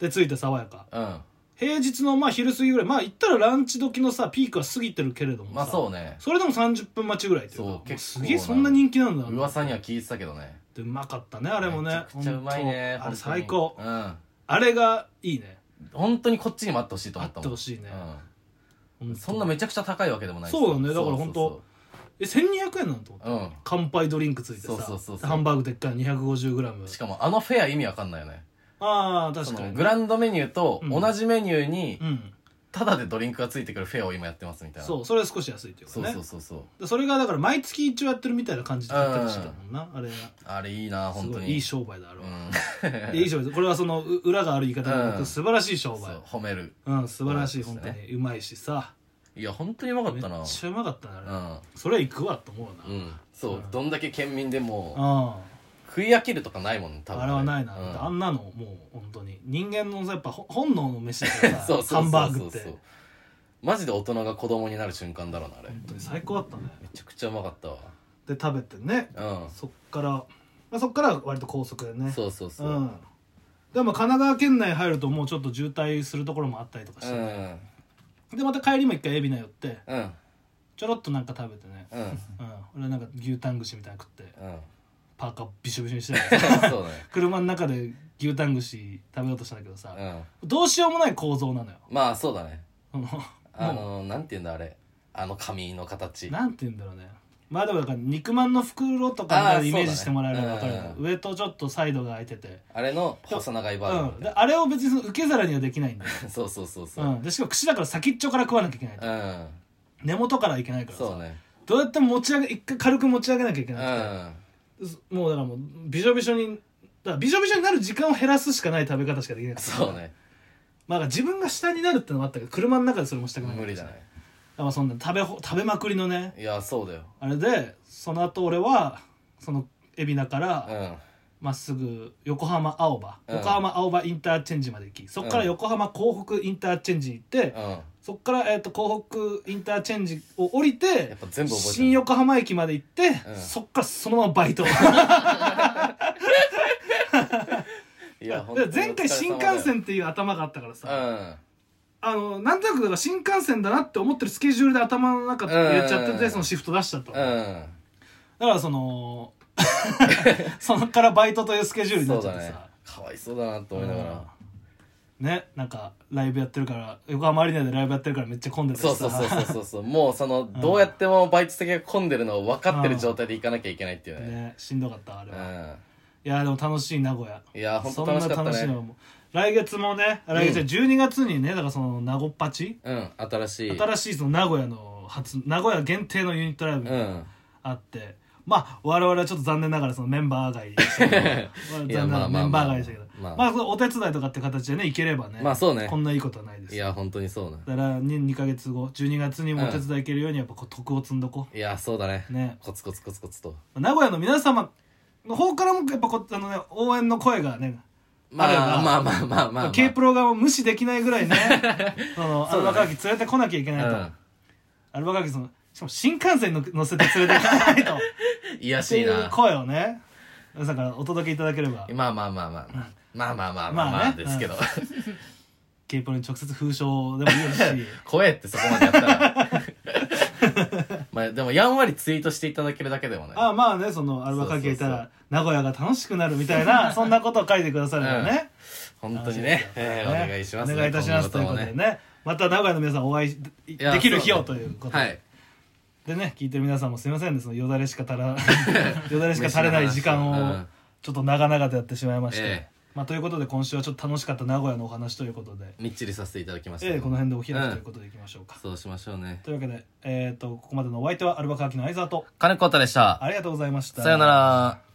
Speaker 2: で着いて爽やか
Speaker 1: うん
Speaker 2: 平日のまあ昼過ぎぐらいまあ行ったらランチ時のさピークは過ぎてるけれどもさ
Speaker 1: まあそうね
Speaker 2: それでも30分待ちぐらいっていうか
Speaker 1: そう
Speaker 2: も
Speaker 1: 結構
Speaker 2: すげえ
Speaker 1: な
Speaker 2: そんな人気なんだ
Speaker 1: 噂には聞いてたけどね
Speaker 2: でうまかったねあれもね
Speaker 1: めちゃくちゃうまいね
Speaker 2: 本当あれ
Speaker 1: 本当に
Speaker 2: 最高
Speaker 1: うん
Speaker 2: あれがいいね
Speaker 1: 本当にこっちに待ってほしいと
Speaker 2: あ
Speaker 1: 思っ
Speaker 2: ったて
Speaker 1: もん
Speaker 2: ほしいね、
Speaker 1: うん
Speaker 2: 本当
Speaker 1: そんなめちゃくちゃ高いわけでもないし
Speaker 2: そうだねだから本当
Speaker 1: そう
Speaker 2: え1200円なんて思った
Speaker 1: そうそう
Speaker 2: 乾杯ドリンクついてさ
Speaker 1: そうそうそうそう
Speaker 2: ハンバーグでっかいの
Speaker 1: うん
Speaker 2: 250g
Speaker 1: しかもあのフェア意味わかんないよね
Speaker 2: ああ
Speaker 1: そ
Speaker 2: 確か
Speaker 1: の
Speaker 2: に
Speaker 1: グランドメニューと
Speaker 2: うん
Speaker 1: 同じメニューに
Speaker 2: うん
Speaker 1: タダでドリンクがついてくるフェアを今やってますみたいな
Speaker 2: そうそれは少し安いっていうか
Speaker 1: そ
Speaker 2: ね
Speaker 1: う
Speaker 2: で
Speaker 1: そう
Speaker 2: そ
Speaker 1: そうそう
Speaker 2: れがだから毎月一応やってるみたいな感じでやったりしてたもんなあれが
Speaker 1: あれいいな
Speaker 2: す
Speaker 1: 本
Speaker 2: ご
Speaker 1: 当
Speaker 2: い
Speaker 1: に
Speaker 2: いい商売だあれは、
Speaker 1: うん
Speaker 2: いい商売これはそのう裏がある言い方がなく、
Speaker 1: うん
Speaker 2: 素晴らしい商
Speaker 1: そ
Speaker 2: 売
Speaker 1: う褒める
Speaker 2: うん素晴らしい
Speaker 1: そうで
Speaker 2: 本
Speaker 1: す
Speaker 2: 当
Speaker 1: ね
Speaker 2: にうまいしさ
Speaker 1: いや本当にうまかっ
Speaker 2: めった
Speaker 1: な
Speaker 2: ちゃうまかったねあれ、
Speaker 1: う
Speaker 2: それは行くわと思う
Speaker 1: ん
Speaker 2: な、
Speaker 1: うんそう
Speaker 2: うん
Speaker 1: どんだけ県民でも
Speaker 2: あ
Speaker 1: 食い飽きるとかないもんね多分ね
Speaker 2: あれはないな、
Speaker 1: うん
Speaker 2: だってあんなのもう本当に人間のさやっぱほ本能の飯だから さ
Speaker 1: そうそうそうそう
Speaker 2: ハンバーグって
Speaker 1: マジで大人が子供になる瞬間だろうなあれめ
Speaker 2: 本当に最高だったね
Speaker 1: ちゃくちゃうまかったわ
Speaker 2: で食べてね
Speaker 1: う
Speaker 2: そっから、まあ、そっから割と高速でね
Speaker 1: んそうそうそう
Speaker 2: う
Speaker 1: うん
Speaker 2: でも神奈川県内入るともうちょっと渋滞するところもあったりとかして、
Speaker 1: ん
Speaker 2: でまた帰りも一回海老名寄って
Speaker 1: うん
Speaker 2: ちょろっとなんか食べてね、
Speaker 1: うんうん
Speaker 2: うん、俺はなんか牛タン串みたいなの食って
Speaker 1: うん
Speaker 2: パーカーびしょびしょにして た
Speaker 1: そうね
Speaker 2: 車の中で牛タン串食べようとしたんだけどさ
Speaker 1: う、ん
Speaker 2: どうしようもない構造なのよ
Speaker 1: まあそうだね
Speaker 2: その
Speaker 1: あ
Speaker 2: も
Speaker 1: のなんて言うんだあれあの髪の
Speaker 2: う
Speaker 1: 形
Speaker 2: なんて言うんだろうねまあでもだから肉まんの袋とか
Speaker 1: あー
Speaker 2: イメージしてもらえれば分かる
Speaker 1: そうだね
Speaker 2: の上とちょっとサイドが開いてて
Speaker 1: あれの細長いバー
Speaker 2: うん
Speaker 1: ジョ
Speaker 2: であれを別にその受け皿にはできないんだよ、、
Speaker 1: ン そうそうそうそううん
Speaker 2: でしかも串だから先っちょから食わなきゃいけないと
Speaker 1: うん
Speaker 2: 根元からいけないからさ
Speaker 1: そうね
Speaker 2: どうやっても持ち上げ一回軽く持ち上げなきゃいけ
Speaker 1: う
Speaker 2: なく
Speaker 1: ん
Speaker 2: て、もうだからもうびしょびしょにだからびしょびしょになる時間を減らすしかない食べ方しかできなくて
Speaker 1: そうね
Speaker 2: まあだから自分が下になるってのもあったけど車の中でそれもしたくない
Speaker 1: 無理だね
Speaker 2: だからそんな食べほ食べまくりのね
Speaker 1: いやそうだよ
Speaker 2: あれでその後俺はその海老名から
Speaker 1: うん
Speaker 2: まっすぐ横浜青葉、
Speaker 1: うん
Speaker 2: 横浜青葉インターチェンジまで行きそこから横浜港北インターチェンジに行って、
Speaker 1: うん
Speaker 2: そっから、えっと港北インターチェンジを降りて
Speaker 1: やっぱ全部覚えてる
Speaker 2: 新横浜駅まで行って、
Speaker 1: うん
Speaker 2: そっからそのま まバイト
Speaker 1: いや、 本当に
Speaker 2: 前回新幹線っていう頭があったから
Speaker 1: お
Speaker 2: さ、
Speaker 1: 疲
Speaker 2: あのなんとなくだから新幹線だなって思ってるスケジュールで頭の中入れちゃって
Speaker 1: うん
Speaker 2: て、そのシフト出しちゃった、
Speaker 1: れ
Speaker 2: だ
Speaker 1: 様
Speaker 2: か
Speaker 1: だよ。うん。
Speaker 2: ら そのそのからバイトというスケジュー
Speaker 1: う
Speaker 2: ル
Speaker 1: ん。
Speaker 2: にな
Speaker 1: そ
Speaker 2: っ
Speaker 1: うだ
Speaker 2: ちゃって
Speaker 1: ね
Speaker 2: さ。
Speaker 1: かわいそうだなと思いながら。
Speaker 2: ねなんかライブやってるから横浜アリーナでライブやってるからめっちゃ混んでる
Speaker 1: そうそうそうそうそう そう。もうその、どうやってもバイト先が混んでるのを分かってる状態で行かなきゃいけないっていうね。
Speaker 2: ねしんどかったあれ
Speaker 1: う
Speaker 2: は、い
Speaker 1: ん。
Speaker 2: やでも楽しい名古屋
Speaker 1: いや、本
Speaker 2: そ
Speaker 1: 当
Speaker 2: ん
Speaker 1: 楽
Speaker 2: な
Speaker 1: しか
Speaker 2: 楽
Speaker 1: っ
Speaker 2: しい
Speaker 1: た
Speaker 2: の
Speaker 1: ね。
Speaker 2: も来月もね来月は12月にねだからその名古パチ
Speaker 1: うん、新しい。
Speaker 2: 新しいその名古屋の初名古屋限定のユニットライブ
Speaker 1: う
Speaker 2: が
Speaker 1: ん。
Speaker 2: あって、まあ我々はちょっと残念ながらそのメンバー外でしたけどまあ 残
Speaker 1: い
Speaker 2: 念
Speaker 1: やま
Speaker 2: ながら
Speaker 1: あま
Speaker 2: メ
Speaker 1: あ
Speaker 2: ンバー外でしたけど
Speaker 1: まあ
Speaker 2: まあそのお手伝いとかって形でね行ければね
Speaker 1: まあそうね
Speaker 2: こんないいことはないです
Speaker 1: いや、本当にそうな。
Speaker 2: だから2, 2ヶ月後12月にもお手伝い行けるようにやっぱこう徳を積んどこ
Speaker 1: いや、そうだね。
Speaker 2: うね
Speaker 1: コツコツコツコツと。
Speaker 2: 名古屋の皆様の方からもやっぱこあの、ね、応援の声がね
Speaker 1: ま
Speaker 2: あれ
Speaker 1: あま
Speaker 2: ば
Speaker 1: あまあまあまあまあ。
Speaker 2: K プロ側も無視できないぐらいね そのアルバカーキ連れてこなきゃいけないと、
Speaker 1: う
Speaker 2: アルバカーキそのしかも新幹線に乗せて連れていかないとっ
Speaker 1: ん。いや
Speaker 2: て
Speaker 1: しい
Speaker 2: いう
Speaker 1: な。
Speaker 2: 声をね皆さんからお届けいただければ
Speaker 1: まあまあまあまあまあ。まあまあまあまあ
Speaker 2: ま
Speaker 1: ま
Speaker 2: あ
Speaker 1: あ
Speaker 2: ね
Speaker 1: ですけど。
Speaker 2: K プロに直接封書でもいいですし
Speaker 1: 声ってそこまでやった ら。まあでもやんわりツイートしていただけるだけでもね。
Speaker 2: ああまあねそのアルバカーキがいたら名古屋が楽しくなるみた いなそんなことを書いてくださるよね、
Speaker 1: 本当にね。えーお願いしますね。
Speaker 2: お願いいたしますと
Speaker 1: 今後
Speaker 2: いうことと
Speaker 1: も
Speaker 2: で。ねまた名古屋の皆さんお会いで
Speaker 1: いや
Speaker 2: できる日
Speaker 1: そ
Speaker 2: を
Speaker 1: うだ
Speaker 2: と
Speaker 1: ね
Speaker 2: いうことで,、
Speaker 1: はい。
Speaker 2: ね聞いてる皆さんもすいませんねそのよだれし か足らよだれしか垂れない時間
Speaker 1: 飯の
Speaker 2: を
Speaker 1: 話
Speaker 2: ちょっと長々とやってしまいまして、
Speaker 1: ええ
Speaker 2: まあ、ということで今週はちょっと楽しかった名古屋のお話ということで、
Speaker 1: みっちりさせていただきました
Speaker 2: え
Speaker 1: けど。
Speaker 2: えこの辺でお開きという
Speaker 1: うん
Speaker 2: ことでいきましょうか、
Speaker 1: そうしましょうね。
Speaker 2: というわけで、えー、とここまでのお相手はアルバカーキの相沢と
Speaker 1: 金子太でした。
Speaker 2: ありがとうございました
Speaker 1: さよなら。